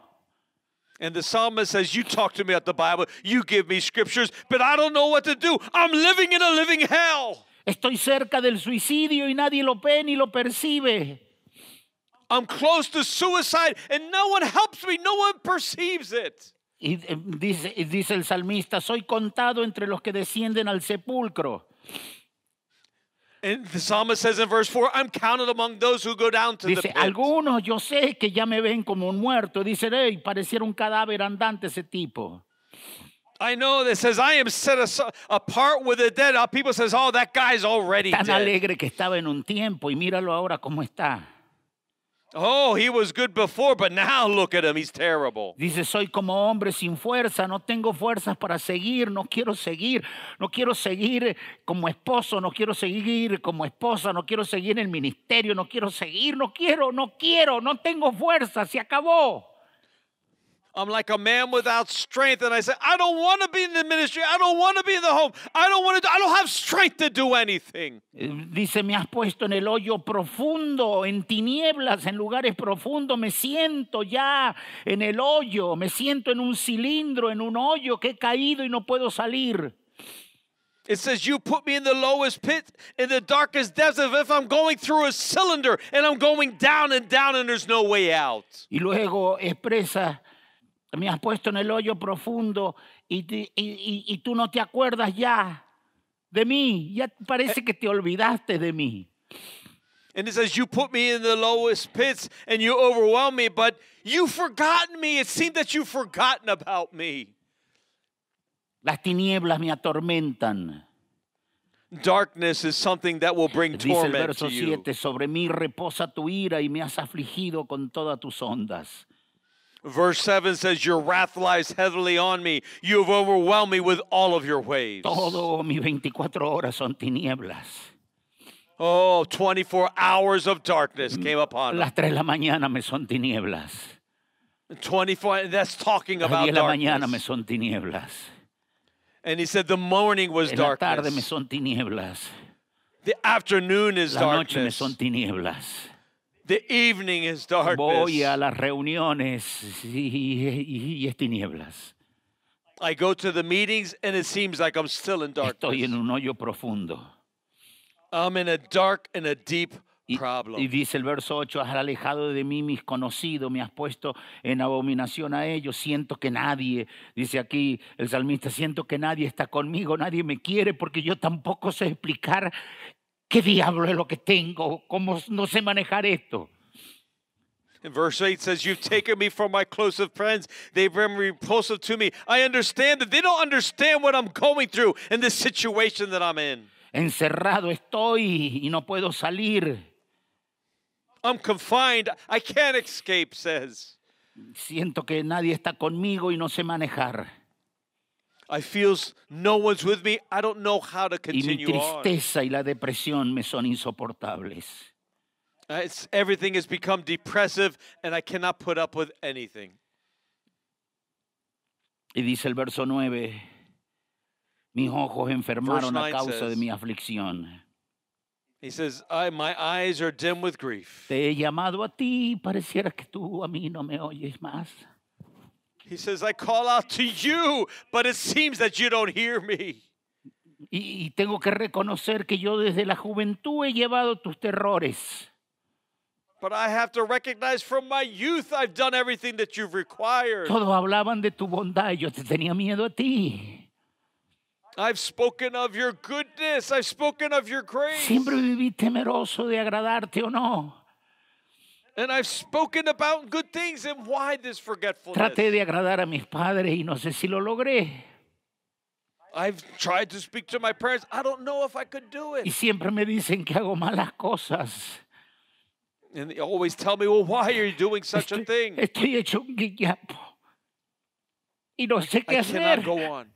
And the psalmist says, You talk to me about the Bible, you give me scriptures, but I don't know what to do. I'm living in a living hell. Estoy cerca del suicidio y nadie lo ve ni lo percibe. I'm close to suicide, and no one helps me, no one perceives it. Y eh, dice, y dice el salmista, soy contado entre los que descienden al sepulcro. And the psalmist says in verse 4, I'm counted among those who go down to the Dice, pit. algunos yo sé que ya me ven como un muerto. Dicen, hey, pareciera un cadáver andante ese tipo. I know that says I am set asi- apart with the dead. Uh, People says, "Oh, that guy's already Tan dead. alegre que estaba en un tiempo y míralo ahora cómo está. Oh, he was good before, but now look at him. He's terrible." Dice, soy como hombre sin fuerza, no tengo fuerzas para seguir, no quiero seguir, no quiero seguir eh, como esposo, no quiero seguir como esposa, no quiero seguir en el ministerio, no quiero seguir, no quiero, no quiero, no tengo fuerza, se acabó. I'm like a man without strength, and I said, "I don't want to be in the ministry. I don't want to be in the home. I don't want to. I don't have strength to do anything." Eh, Dice, me has puesto en el hoyo profundo, en tinieblas, en lugares profundos, me siento ya en el hoyo, me siento en un cilindro, en un hoyo que he caído y no puedo salir. It says, You put me in the lowest pit, in the darkest depths, as if I'm going through a cylinder and I'm going down and down and there's no way out. Y luego expresa, me has puesto en el hoyo profundo y, te- y- y- y tú no te acuerdas ya de mí, ya parece que te olvidaste de mí. And it says, You put me in the lowest pits and you overwhelm me, but you've forgotten me. It seemed that you've forgotten about me. Las tinieblas me atormentan. Darkness is something that will bring Dice el torment verso to you. 7, sobre mí reposa tu ira y me has afligido con todas tus ondas. Verse 7 says, Your wrath lies heavily on me. You have overwhelmed me with all of your waves. Todo mis 24 horas son tinieblas. Oh, 24 hours of darkness Mm. came upon me. Las 3 de la mañana me son tinieblas. 24, that's talking Las 10 about de la mañana me darkness. son tinieblas. And he said the morning was En la tarde me darkness. son tinieblas. The afternoon is La noche me darkness. son tinieblas. The evening is darkness. Voy a las reuniones y, y- y es tinieblas. I go to the meetings and it seems like I'm still in Estoy en darkness. un hoyo profundo. I'm in a dark and a deep Y, y problem. dice el verso 8, has alejado de mí mis conocidos, me has puesto en abominación a ellos, siento que nadie, dice aquí el salmista, siento que nadie está conmigo, nadie me quiere porque yo tampoco sé explicar qué diablo es lo que tengo, cómo no sé manejar esto. And verse 8 says, You've taken me from my closest friends. They've been repulsive to me. I understand that they don't understand what I'm going through and this situation that I'm in. Encerrado estoy y no puedo salir. I'm confined. I can't escape, says. Siento que nadie está conmigo y no sé manejar. I feels no one's with me. I don't know how to Y mi continue on. tristeza y la depresión me son insoportables. Uh, It's, everything has become depressive, and I cannot put up with anything. Y dice el verso 9, mis ojos enfermaron a nine causa de says- mi aflicción. He says, I, My eyes are dim with grief. Te he llamado a ti, pareciera que tú a mí no me oyes más. He says, I call out to you, but it seems that you don't hear me. Y, y tengo que reconocer que yo desde la juventud he llevado tus terrores. But I have to recognize from my youth, I've done everything that you've required. Todos hablaban de tu bondad y yo te tenía miedo a ti. I've spoken of your goodness, I've spoken of your grace, Siempre viví temeroso de agradarte o no. and I've spoken about good things. And why this forgetfulness? Traté de agradar a mis padres y no sé si lo logré. I've tried to speak to my parents. I don't know if I could do Y it. siempre me dicen que hago malas cosas. And they always tell me, Well, why are you doing such a estoy, thing? estoy hecho un guillapo. Y no sé qué I hacer. cannot go on.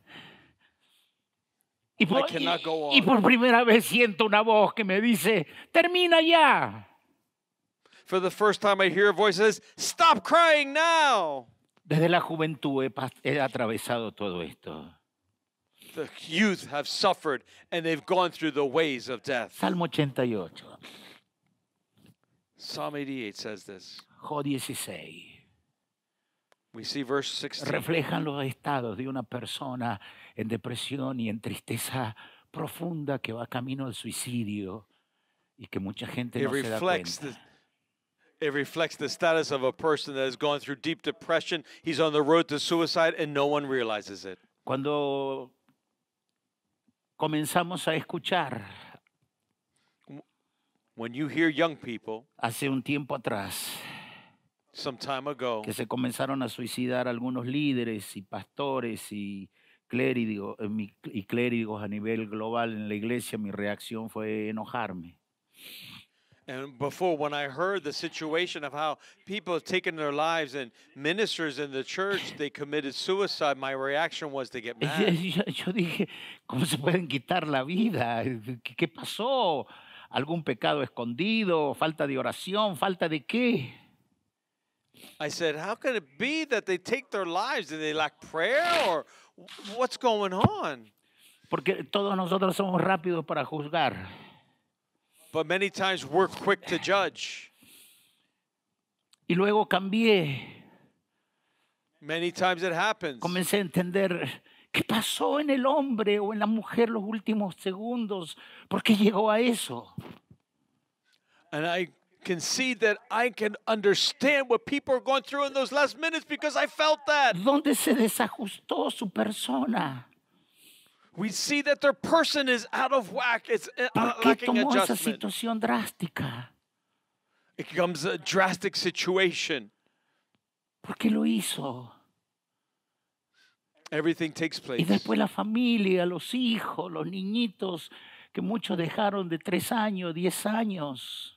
Y por, y- cannot go y on. por primera vez siento una voz que me dice, termina ya. For the first time, I hear a voice that says, Stop crying now. Desde la juventud he, pas- he atravesado todo esto. The youth have suffered and they've gone through the ways of death. Salmo 88, Psalm 88 says this. Jo 16. We see verse 16. Reflejan los estados de una persona en depresión y en tristeza profunda que va camino al suicidio y que mucha gente It no se da reflects cuenta. the it reflects the status of a person that has gone through deep depression. He's on the road to suicide and no one realizes it. Cuando comenzamos a escuchar When you hear young people hace un tiempo atrás some time ago que se comenzaron a suicidar algunos líderes y pastores y clérigo- eh, mi- y clérigos a nivel global en la iglesia, mi reacción fue enojarme. And before, when I heard the situation of how people have taken their lives and ministers in the church, they committed suicide, my reaction was to get mad. Yo, yo dije, ¿cómo se pueden quitar la vida? ¿Qué, qué pasó? ¿Algún pecado escondido? ¿Falta de oración? ¿Falta de qué? I said, How can it be that they take their lives? Do they lack prayer or wh- what's going on? Porque todos nosotros somos rápidos para juzgar. But many times we're quick to judge. Y luego cambié, Many times it happens. comencé a entender qué pasó en el hombre o en la mujer los últimos segundos, por qué llegó a eso. And I can see that I can understand what people are going through in those last minutes because I felt that. ¿Dónde se desajustó su persona? We see that their person is out of whack, it's uh, ¿Por qué lacking tomó esa adjustment. situación drástica? It becomes a drastic situation. ¿Por qué lo hizo? Everything takes Y place. después la familia, los hijos, los niñitos, que muchos dejaron de tres años, diez años.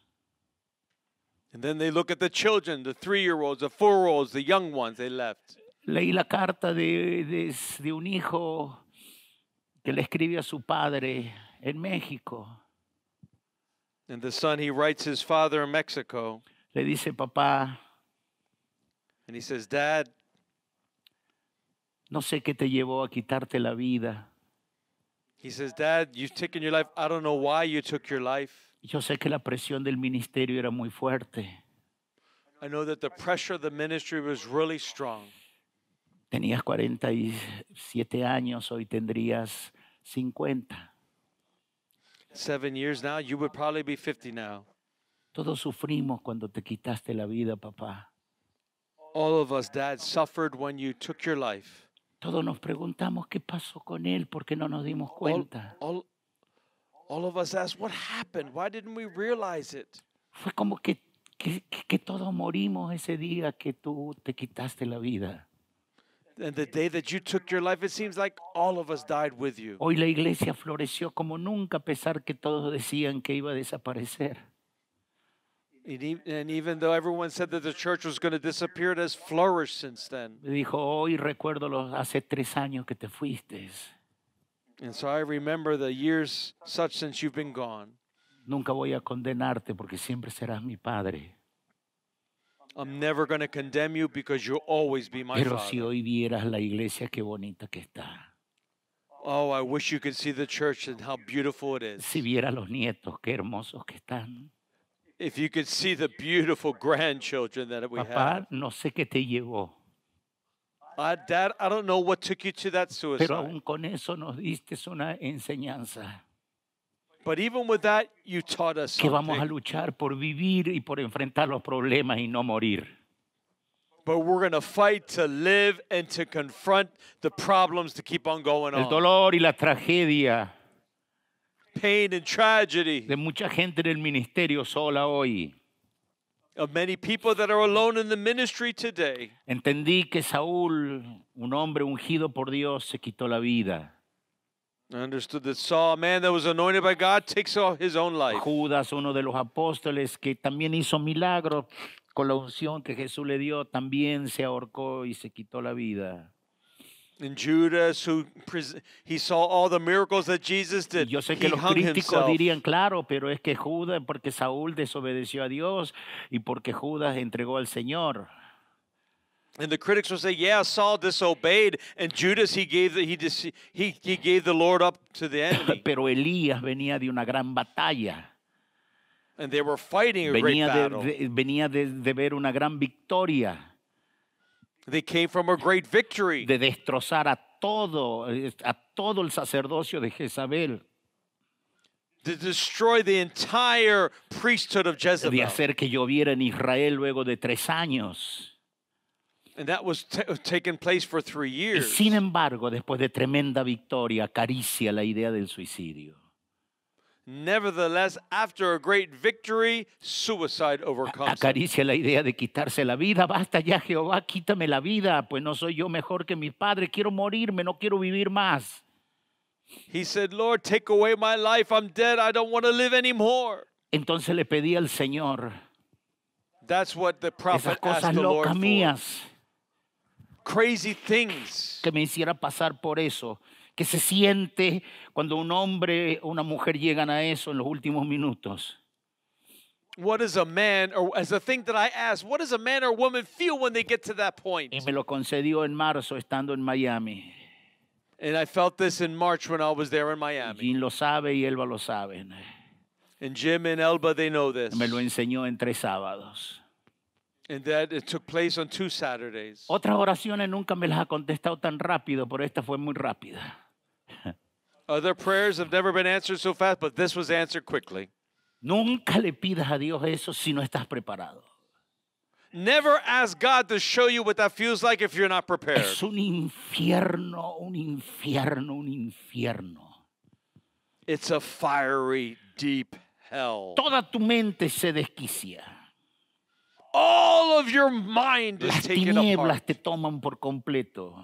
And then they look at the children, the three year olds, the four year olds, the young ones they left. Leí la carta de, de- de un hijo que le escribe a su padre en México. And the son, he writes his father in Mexico Le dice, papá, and he says, Dad, no sé qué te llevó a quitarte la vida. he says, Dad, you've taken your life. I don't know why you took your life. Yo sé que la presión del ministerio era muy fuerte. I know that the pressure of the ministry was really strong. Tenías 47 años, hoy tendrías 50. Seven years now, you would probably be 50 now. Todos sufrimos cuando te quitaste la vida, papá. All of us, Dad, suffered when you took your life. Todos nos preguntamos qué pasó con él, porque no nos dimos cuenta. All, all of us asked, What happened? Why didn't we realize it? Fue como que, que, que- que todos morimos ese día que tú te quitaste la vida. And the day that you took your life, it seems like all of us died with you. Hoy la iglesia floreció como nunca, a pesar que todos decían que iba a desaparecer. And e- and even though everyone said that the church was going to disappear, it has flourished since then. Me dijo, hoy recuerdo los hace tres años que te fuiste. And so I remember the years such since you've been gone. Nunca voy a condenarte porque siempre serás mi padre. I'm never going to condemn you because you'll always be my Pero si father. hoy vieras la iglesia, qué bonita que está. Oh, I wish you could see the church and how beautiful it is. Si vieras los nietos, qué hermosos que están. If you could see the beautiful grandchildren that we have. Papá, no sé qué te llevó, Uh, Dad, I don't know what took you to that pero suicide. aún con eso nos diste una enseñanza. But even with that, you taught us Que vamos a something. luchar por vivir y por enfrentar los problemas y no morir. But we're going to fight to live and to confront the problems to keep on going El on. dolor y la tragedia Pain and tragedy de mucha gente en el ministerio sola hoy. of many people that are alone in the ministry today. Entendí que Saúl, un hombre ungido por Dios, se quitó la vida. I understood that Saul, a man that was anointed by God, takes off his own life. Judas, uno de los apóstoles, que también hizo milagros con la unción que Jesús le dio, también se ahorcó y se quitó la vida. And Judas, who pres- he saw all the miracles that Jesus Y did, yo sé he que los hung críticos himself. dirían, claro, pero es que Judas, porque Saúl desobedeció a Dios y porque Judas entregó al Señor. And the critics will say, "Yeah, Saul disobeyed, and Judas he gave the, he, dece- he he gave the Lord up to the enemy, Pero Elías venía de una gran batalla, and they were fighting a great venía de, battle. de- venía de- de ver una gran victoria. They came from a great victory de destrozar a todo, eh, a todo el sacerdocio de Jezabel, to destroy the entire priesthood of de Jezebel, hacer que lloviera en Israel luego de tres años. and that was ta taking place for three Y years. sin embargo, después de tremenda victoria, acaricia la idea del suicidio. Nevertheless, after a great victory, suicide overcomes. them. Acaricia la idea de quitarse la vida. Basta ya, Jehová, quítame la vida, pues no soy yo mejor que mis padres. Quiero morirme, no quiero vivir más. He said, Lord, take away my life. I'm dead. I don't want to live anymore. Entonces le pedí al Señor That's what the esas prophet asked cosas the Lord locas for. mías Crazy things. que me hiciera pasar por eso. Que se siente cuando un hombre o una mujer llegan a eso en los últimos minutos. What is a man, or as a thing that I asked, what does a man or woman feel when they get to that point? Y me lo concedió en marzo estando en Miami. And I felt this in March when I was there in Miami. Jim lo sabe y Elba lo saben. And Jim and Elba, they know this. Me lo enseñó en tres sábados. And that it took place on two Saturdays. Otras oraciones nunca me las ha contestado tan rápido, pero esta fue muy rápida. Other prayers have never been answered so fast, but this was answered quickly. Nunca le pidas a Dios eso si no estás preparado. Never ask God to show you what that feels like if you're not prepared. Es un infierno, un infierno, un infierno. It's a fiery, deep hell. Toda tu mente se desquicia. All of your mind is Las taken apart. tinieblas te toman por completo.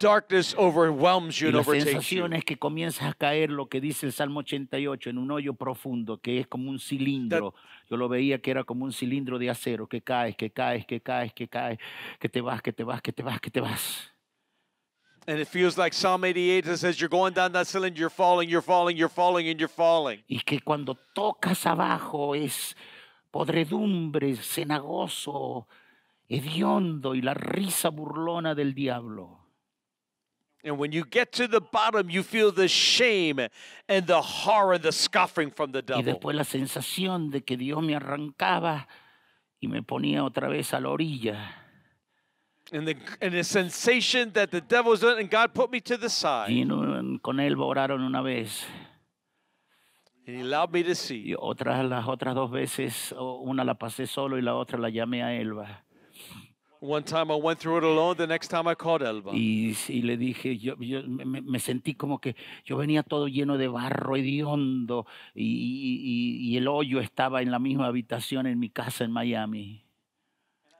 Darkness overwhelms you Y and las overtakes you. sensaciones que comienzas a caer, lo que dice el Salmo 88, en un hoyo profundo, que es como un cilindro. Yo lo veía que era como un cilindro de acero, que caes, que caes, que caes, que caes, que te vas, que te vas, que te vas, que te vas. And it feels like Psalm 88 that says you're going down that cylinder, you're falling, you're falling, you're falling, and you're falling. Y que cuando tocas abajo es podredumbre, cenagoso, hediondo y la risa burlona del diablo. And when you get to the bottom, you feel the shame and the horror and the scoffing from the Y devil. después la sensación de que Dios me arrancaba y me ponía otra vez a la orilla. And the, and the sensation that the devil's in, and God put me to the side. Y no- con él oraron una vez And he allowed me to see. y otras las otras dos veces o- una la pasé solo y la otra la llamé a Elba One time I went through it alone, the next time I called Elba. y, y le dije yo, yo me, me- me sentí como que yo venía todo lleno de barro hediondo y, y- y- y el hoyo estaba en la misma habitación en mi casa en Miami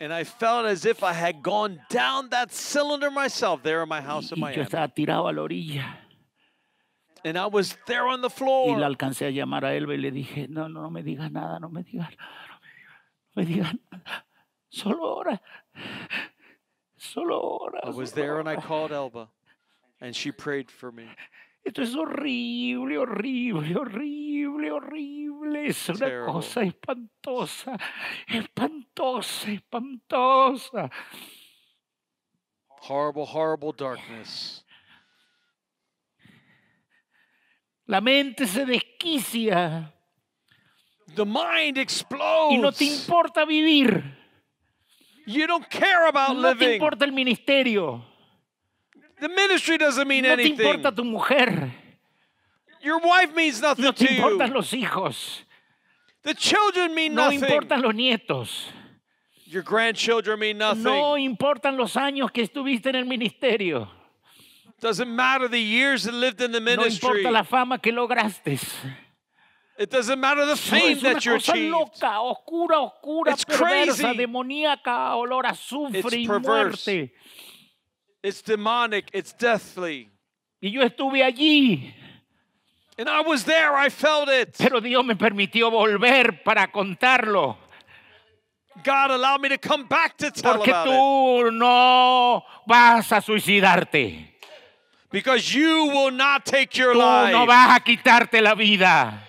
And I felt as if I had gone down that cylinder myself there in my house in y yo Miami. estaba tirado a la orilla And I was there on the y la floor. alcancé a llamar a Elba y le dije no no no me digas nada no me digas nada, no me digas no me digas nada solo ora solo ora I was solo there and I ora". called Elba. And she prayed for me. Esto es horrible, horrible, horrible, horrible. Es una Terrible. cosa espantosa, espantosa, espantosa. Horrible, horrible darkness. La mente se desquicia The mind explodes. y no te importa vivir, you don't care about no te living. importa el ministerio, The ministry doesn't mean no te anything. importa tu mujer, Your wife means nothing no to te you. importan los hijos, The children mean no nothing. importan los nietos, Your grandchildren mean nothing. no importan los años que estuviste en el ministerio, Doesn't matter the years that lived in the no ministry. importa la fama que lograste. It doesn't matter the No, fame es una that you cosa achieved. loca, oscura, oscura, It's perversa, crazy. demoníaca, olor a azufre It's y perverse. muerte. It's demonic. It's deathly. Y yo estuve allí, And I was there. I felt it. pero Dios me permitió volver para contarlo. God allowed me to come back to tell Porque about it. tú no vas a suicidarte. Because you will not take your Tú life. no vas a quitarte la vida.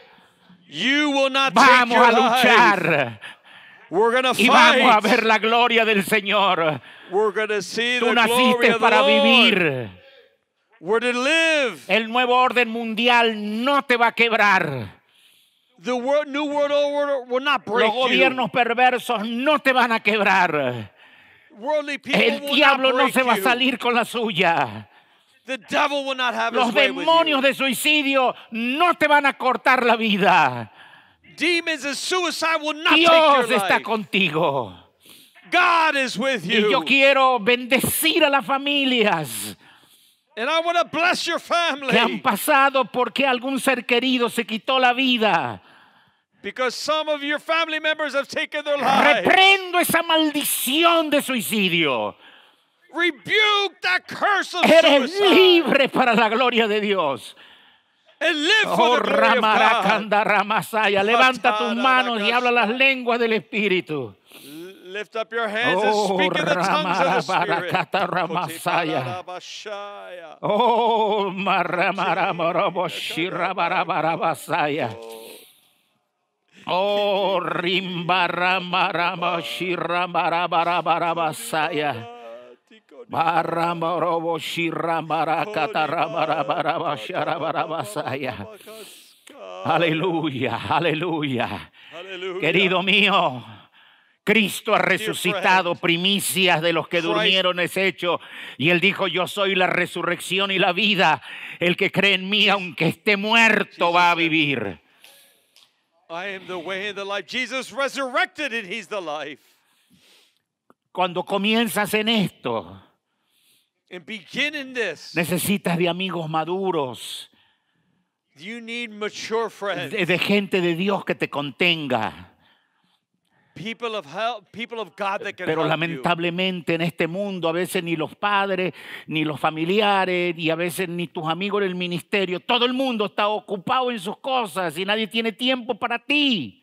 you will not take Vamos your a life. luchar We're gonna y vamos a fight. ver la gloria del Señor. We're gonna see Tú the glory naciste of the para Lord. vivir. Eh. We're to live. El nuevo orden mundial no te va a quebrar. The world, new world order will not break Los gobiernos perversos no te van a quebrar. you. Worldly people El will diablo not no break se va a you. salir con la suya. The devil will not have Los his way with demonios you. de suicidio no te van a cortar la vida. Demons and suicide will not Dios take your está life. contigo. God is with Y you. yo quiero bendecir a las familias And I want to bless your que han family pasado porque algún ser querido se quitó la vida. because some of your family members have taken their lives. Reprendo esa maldición de suicidio. Rebuke that curse of Eres suicide libre para la gloria de Dios. and live Oh, for the glory of God. Ramaracanda Ramasaya, levanta tus manos y habla las lenguas del Espíritu. Lift up your hands and Oh, speak in the tongues of the Spirit. Ramarabarakataramashaya. Oh, Maramaramoroboshirabarabarabasaya. Oh, Rimbaramaramoshirabarabarabasaya. Baramoroboshiramarakataramarabarabasharabarabarabasaya. Aleluya, aleluya. Hallelujah. Querido mío, Cristo ha resucitado, primicias de los que Christ- durmieron es hecho. Y él dijo, yo soy la resurrección y la vida. El que cree en mí, aunque esté muerto, va a vivir. I am the way and the life. Jesus resurrected and he's the life. Cuando comienzas en esto, And begin in this. necesitas de amigos maduros, You need mature friends. de, de gente de Dios que te contenga. People of help, people of God that can Pero help you. lamentablemente en este mundo a veces ni los padres, ni los familiares, y a veces ni tus amigos del ministerio, todo el mundo está ocupado en sus cosas y nadie tiene tiempo para ti.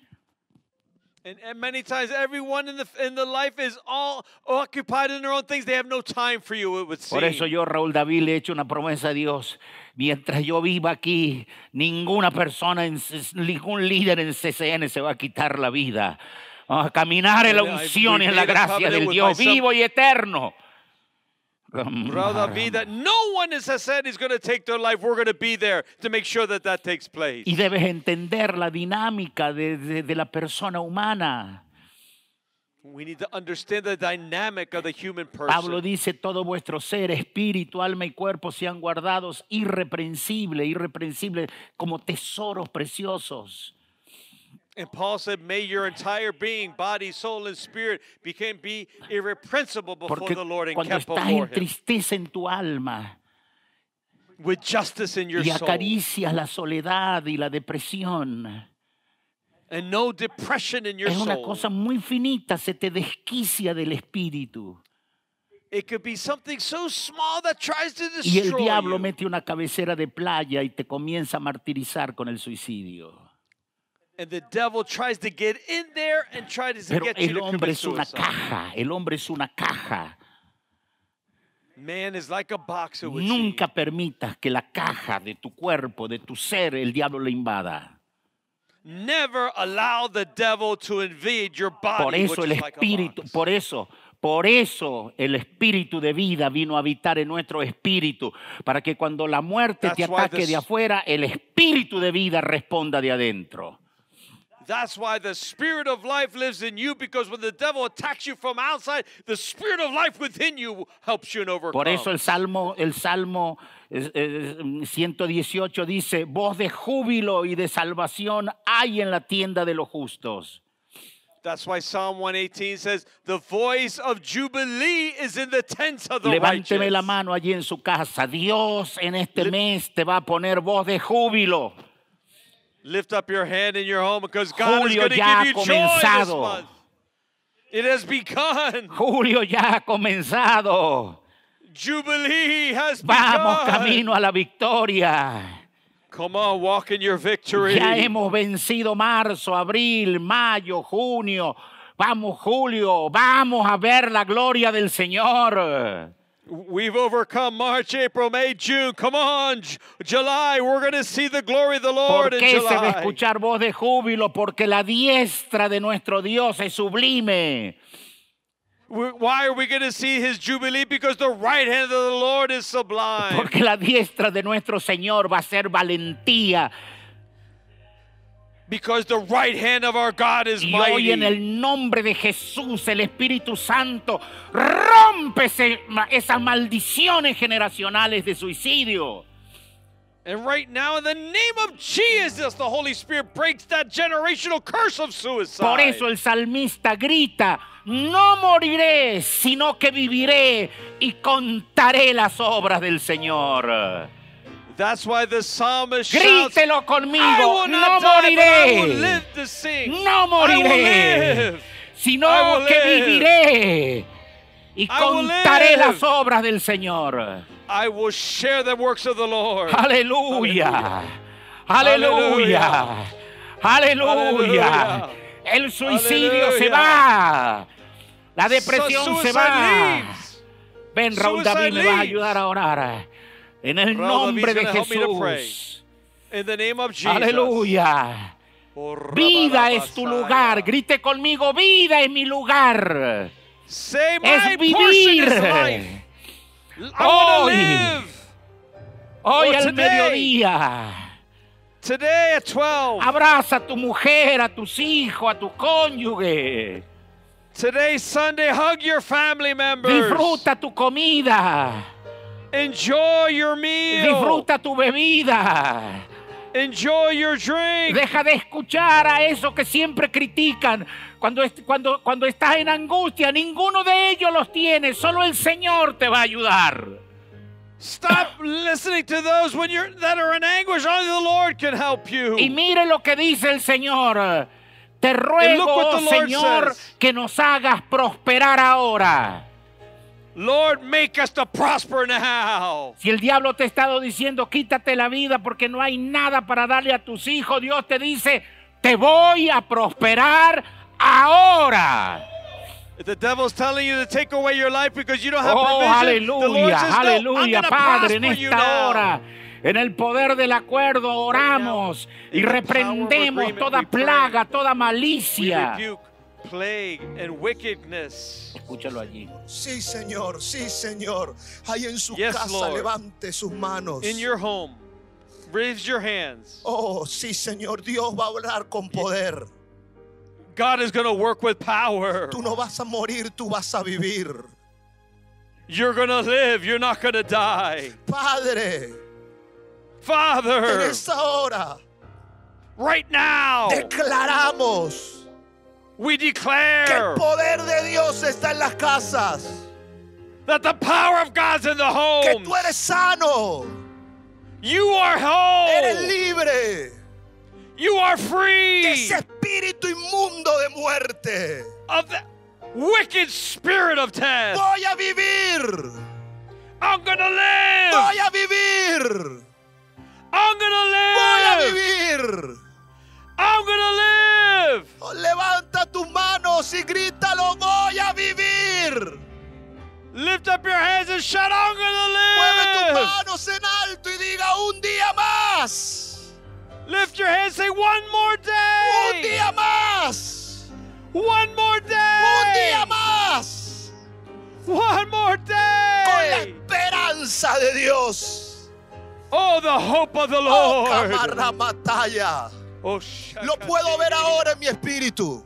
And, and many times, everyone in the in the life is all occupied in their own things. They have no time for you. It would seem. Por eso yo, Raúl David, le he hecho una promesa a Dios. Mientras yo viva aquí, ninguna persona, en C- ningún líder en CCN se va a quitar la vida. Vamos a caminar en la Well, I- unción y we en la made a gracia covenant del with Dios myself. vivo y eterno. Rather be that no one has said is going to take their life. We're going to be there to make sure that that takes place. Y debes entender la dinámica de, de- de la persona humana. We need to understand the dynamic of the human person. Pablo dice, todo vuestro ser, espíritu, alma y cuerpo sean guardados irreprensible, irreprensible, como tesoros preciosos. and Paul said, "May your entire being, body, soul, and spirit, become be irrepreensible before Porque the Lord and cuando kept estás en before Him tristeza en tu alma with justice in your y soul acaricias la soledad y la depresión, and no depression in your es una soul." cosa muy finita, se te desquicia del espíritu. It could be something so small that tries to Y destroy el diablo you. mete una cabecera de playa y te comienza a martirizar con el suicidio. And the devil tries to get in there and try to Pero get you el to hombre commit es una suicide. caja, el hombre es una caja. Man is like a boxer. With Nunca permitas que la caja de tu cuerpo, de tu ser, el diablo le invada. Never allow the devil to invade your body. Por eso which el is like a espíritu, box. por eso, por eso el espíritu de vida vino a habitar en nuestro espíritu, para que cuando la muerte te That's why ataque this- de afuera, el espíritu de vida responda de adentro. That's why the spirit of life lives in you because when the devil attacks you from outside, the spirit of life within you helps you and overcome. Por eso el Salmo, el Salmo eh, eh, 118 dice, voz de júbilo y de salvación hay en la tienda de los justos. That's why Psalm 118 says, "The voice of jubilee is in the tents of the Levánteme righteous." la mano allí en su casa. Dios en este mes te va a poner voz de júbilo. Lift up your hand in your home because God is Julio going to ya give you ha joy this comenzado. month. It has begun. Julio ya ha comenzado. Jubilee has Vamos begun. camino a la victoria. Come on, walk in your victory. Ya hemos vencido marzo, abril, mayo, junio. Vamos Julio, vamos a ver la gloria del Señor. We've overcome March, April, May, June. Come on, J- July. We're going to see the glory of the ¿Por Lord in qué se va a July. escuchar voz de júbilo? Porque la diestra de nuestro Dios es sublime. We- Why are we going to see his jubilee? Because the right hand of the Lord is sublime. Porque la diestra de nuestro Señor va a ser valentía. Because the right hand of our God is Y hoy mighty. en el nombre de Jesús, el Espíritu Santo, rompe ese- ma- esas maldiciones generacionales de suicidio. And right now, in the name of Jesus, the Holy Spirit breaks that generational curse of suicide. Por eso el salmista grita, no moriré, sino que viviré y contaré las obras del Señor. That's why the psalmist shouts, Grítelo I will conmigo, no not die, but I will moriré, live to sing. no I will moriré, live. I sino will que live. viviré y I will contaré live. las obras del Señor. I will share the works of the Lord. Aleluya. Aleluya. Aleluya. Aleluya. El suicidio se Aleluya. va. La depresión So se suicide va. leaves. Ven, Raúl Suicide David, me vas a leaves. ayudar a orar. En el Raúl David's nombre de gonna help me to pray. Jesús. In the name of Jesus. Oh, Aleluya. Vida es tu lugar. Grite conmigo, vida es mi lugar. Say my Es portion is life. vivir. I want to Hoy. live. Hoy Or al today. mediodía. Today at 12. Abraza a tu mujer, a tus hijos, a tu cónyuge. Today, Sunday, hug your family members. Disfruta tu comida. Enjoy your meal. Disfruta tu bebida. Enjoy your drink. Deja de escuchar a esos que siempre critican. Cuando, est- cuando, cuando estás en angustia, ninguno de ellos los tiene. Solo el Señor te va a ayudar. Stop listening to those when you're that are in anguish. Only the Lord can help you. Y mire lo que dice el Señor. Te ruego, look what oh the este Lord Señor, says. que nos hagas prosperar ahora. Lord, make us to prosper now. Si el diablo te ha estado diciendo, quítate la vida porque no hay nada para darle a tus hijos, Dios te dice, te voy a prosperar ahora. If The devil's telling you to take away your life because you don't have Oh, provision. the Lord aleluya, says, no, aleluya, I'm gonna Padre, en prosper pues, you esta now. hora. En el poder del acuerdo oramos y in the power of reprendemos agreement, toda we pray. plaga, toda We malicia. rebuke plague and wickedness. Escúchalo allí. Sí, Señor, sí, Señor. Ahí en su Yes, casa Lord. levante sus manos. In your home, raise your hands. Oh, sí, Señor, Dios va a hablar con poder. God is going to work with power. Tú no vas a morir, tú vas a vivir. You're going to live. You're not going to die. Padre, en Father, esta hora right now, declaramos we que el declare poder de Dios está en las casas, that the power of God's in the que home. tú eres sano, Oh. You are eres whole. libre You are de free ese espíritu inmundo de muerte. of the wicked spirit of death. Voy a vivir, I'm going to live. voy a vivir, I'm gonna voy a live. vivir. I'm gonna live. Oh, Levanta tus manos y grítalo, voy a vivir. Lift up your hands and shout, I'm Mueve tus gonna live. manos en alto y diga un día más. Lift your hands, say one more Un day. día más. One more Un day. día más. One more Con la day. esperanza de Dios. Oh, the hope of the Oh, Lord. camarra matalla. Oh, shaka- Lo puedo ver ahora en mi espíritu.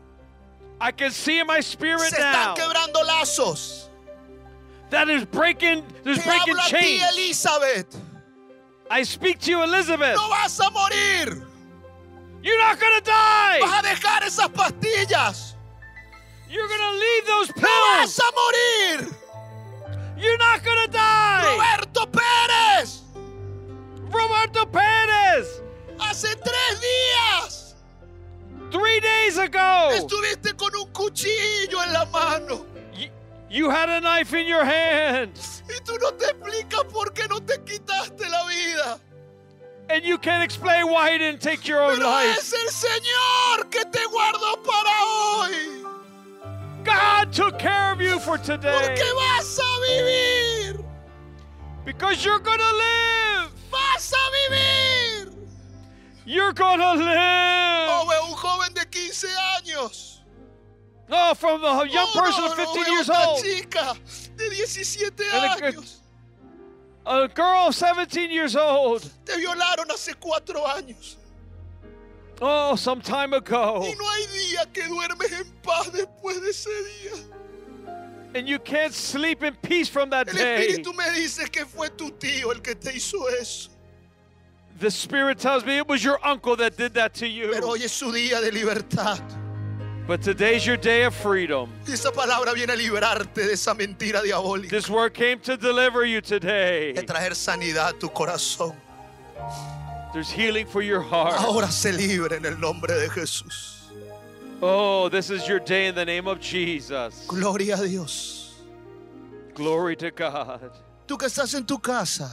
I can see in my spirit Se now están quebrando lazos. that is breaking, there's Te breaking hablo a ti, chains. Elizabeth. I speak to you, Elizabeth. No vas a morir. You're not gonna Vas die. a dejar esas pastillas. You're gonna leave those No vas pills. a morir. You're not gonna die. Roberto Pérez, Roberto Perez, hace tres días three days ago, estuviste con un cuchillo en la mano y- you had a knife in your hand y tú no te explicas por qué no te quitaste la vida. and you can't explain why he didn't take your own Pero life. es el Señor que te guardó para hoy, God took care of you for today porque vas a vivir, because you're gonna live. vas a vivir. You're gonna No live. veo un joven de 15 años. Oh, from the young Oh, person no, of no 15 veo years una old, chica de 17 And a good- años. a girl of 17 years old. Te violaron hace cuatro años. Oh, some time ago, Y no hay día que duermes en paz después de ese día. and you can't sleep in peace from that El day. Espíritu me dice que fue tu tío el que te hizo eso. The Spirit tells me it was your uncle that did that to you. Pero hoy es su día de libertad. But today's your day of freedom. Y esa palabra viene a liberarte de esa mentira diabólica. This word came to deliver you De today. traer sanidad a tu corazón. There's healing for your heart. Ahora se libre en el nombre de Jesús. Oh, this is your day in the name of Jesus. Gloria a Dios. Glory to God. Tú que estás en tu casa,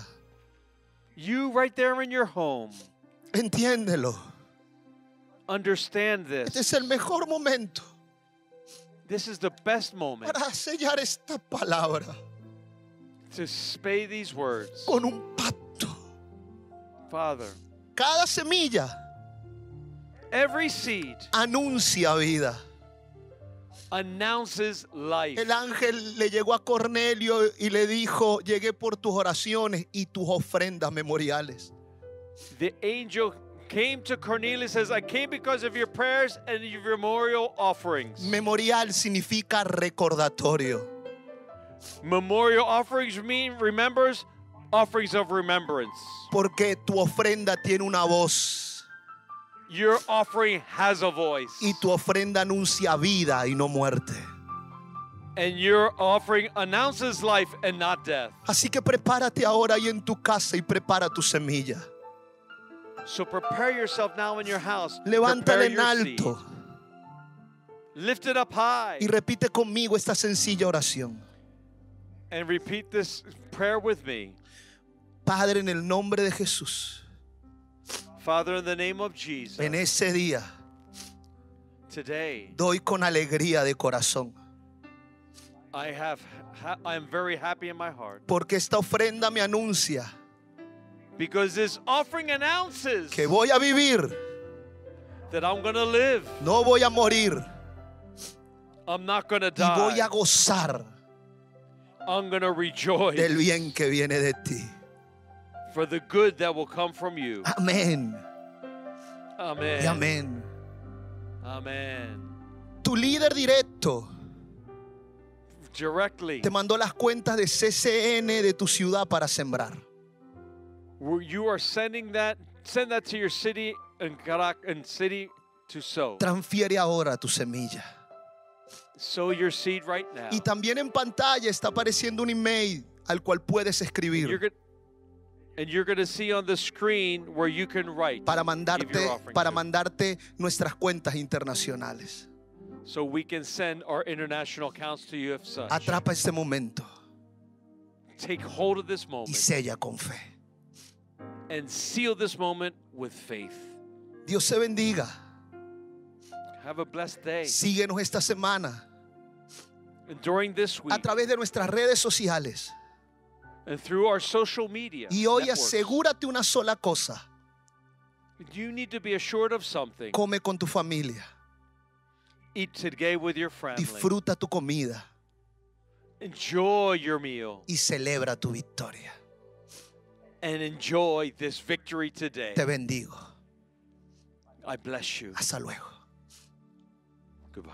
You right there in your home, entiéndelo. understand Este this. es el mejor momento This is the best moment para sellar esta palabra to spay these words. con un pacto. Father, Cada semilla every seed anuncia vida. announces life. El ángel le llegó a Cornelio y le dijo, llegué por tus oraciones y tus ofrendas memoriales. The angel came to Cornelius says, I came because of your prayers and your memorial offerings. Memorial significa recordatorio. Memorial offerings mean remembers offerings of remembrance. Porque tu ofrenda tiene una voz Your offering has a voice. y tu ofrenda anuncia vida y no muerte. And your offering announces life and not death. Así que prepárate ahora ahí en tu casa y prepara tu semilla. So prepare yourself now in your house. Levántala Prepare en your alto seed. Lift it up high. y repite conmigo esta sencilla oración. And repeat this prayer with me. Padre, en el nombre de Jesús, Father, in the name of Jesus, en ese día today doy con alegría de corazón, I have ha- I am very happy in my heart porque esta ofrenda me anuncia because this offering announces que voy a vivir, that I'm going to live. no voy a morir I'm not going to y voy die. a gozar I'm going to rejoice del bien que viene de ti. for the good that will come from you. Ah, Amén Amen. y amén. Amen. Tu líder directo Directly, te mandó las cuentas de CCN de tu ciudad para sembrar. where you are sending that, send that to your city and Karak and city to sow. Transfiere ahora tu semilla. Sow your seed right now. Y también en pantalla está apareciendo un email al cual puedes You're escribir gonna, and you're going to see on the screen where you can write para Give mandarte your offering para to. mandarte nuestras cuentas internacionales. so we can send our international accounts to you if such. Atrapa este momento Take hold of this y moment sella con fe. and seal this moment with faith. Dios se bendiga. Have a blessed day. Síguenos esta semana And during this week a través de nuestras redes sociales. and through our social media, Y hoy networks, asegúrate una sola cosa. you need to be assured of something. Come con tu familia. Eat today with your family. Disfruta tu comida Enjoy your meal y celebra tu victoria. and enjoy this victory today. Te bendigo. I bless you. Hasta luego. Goodbye.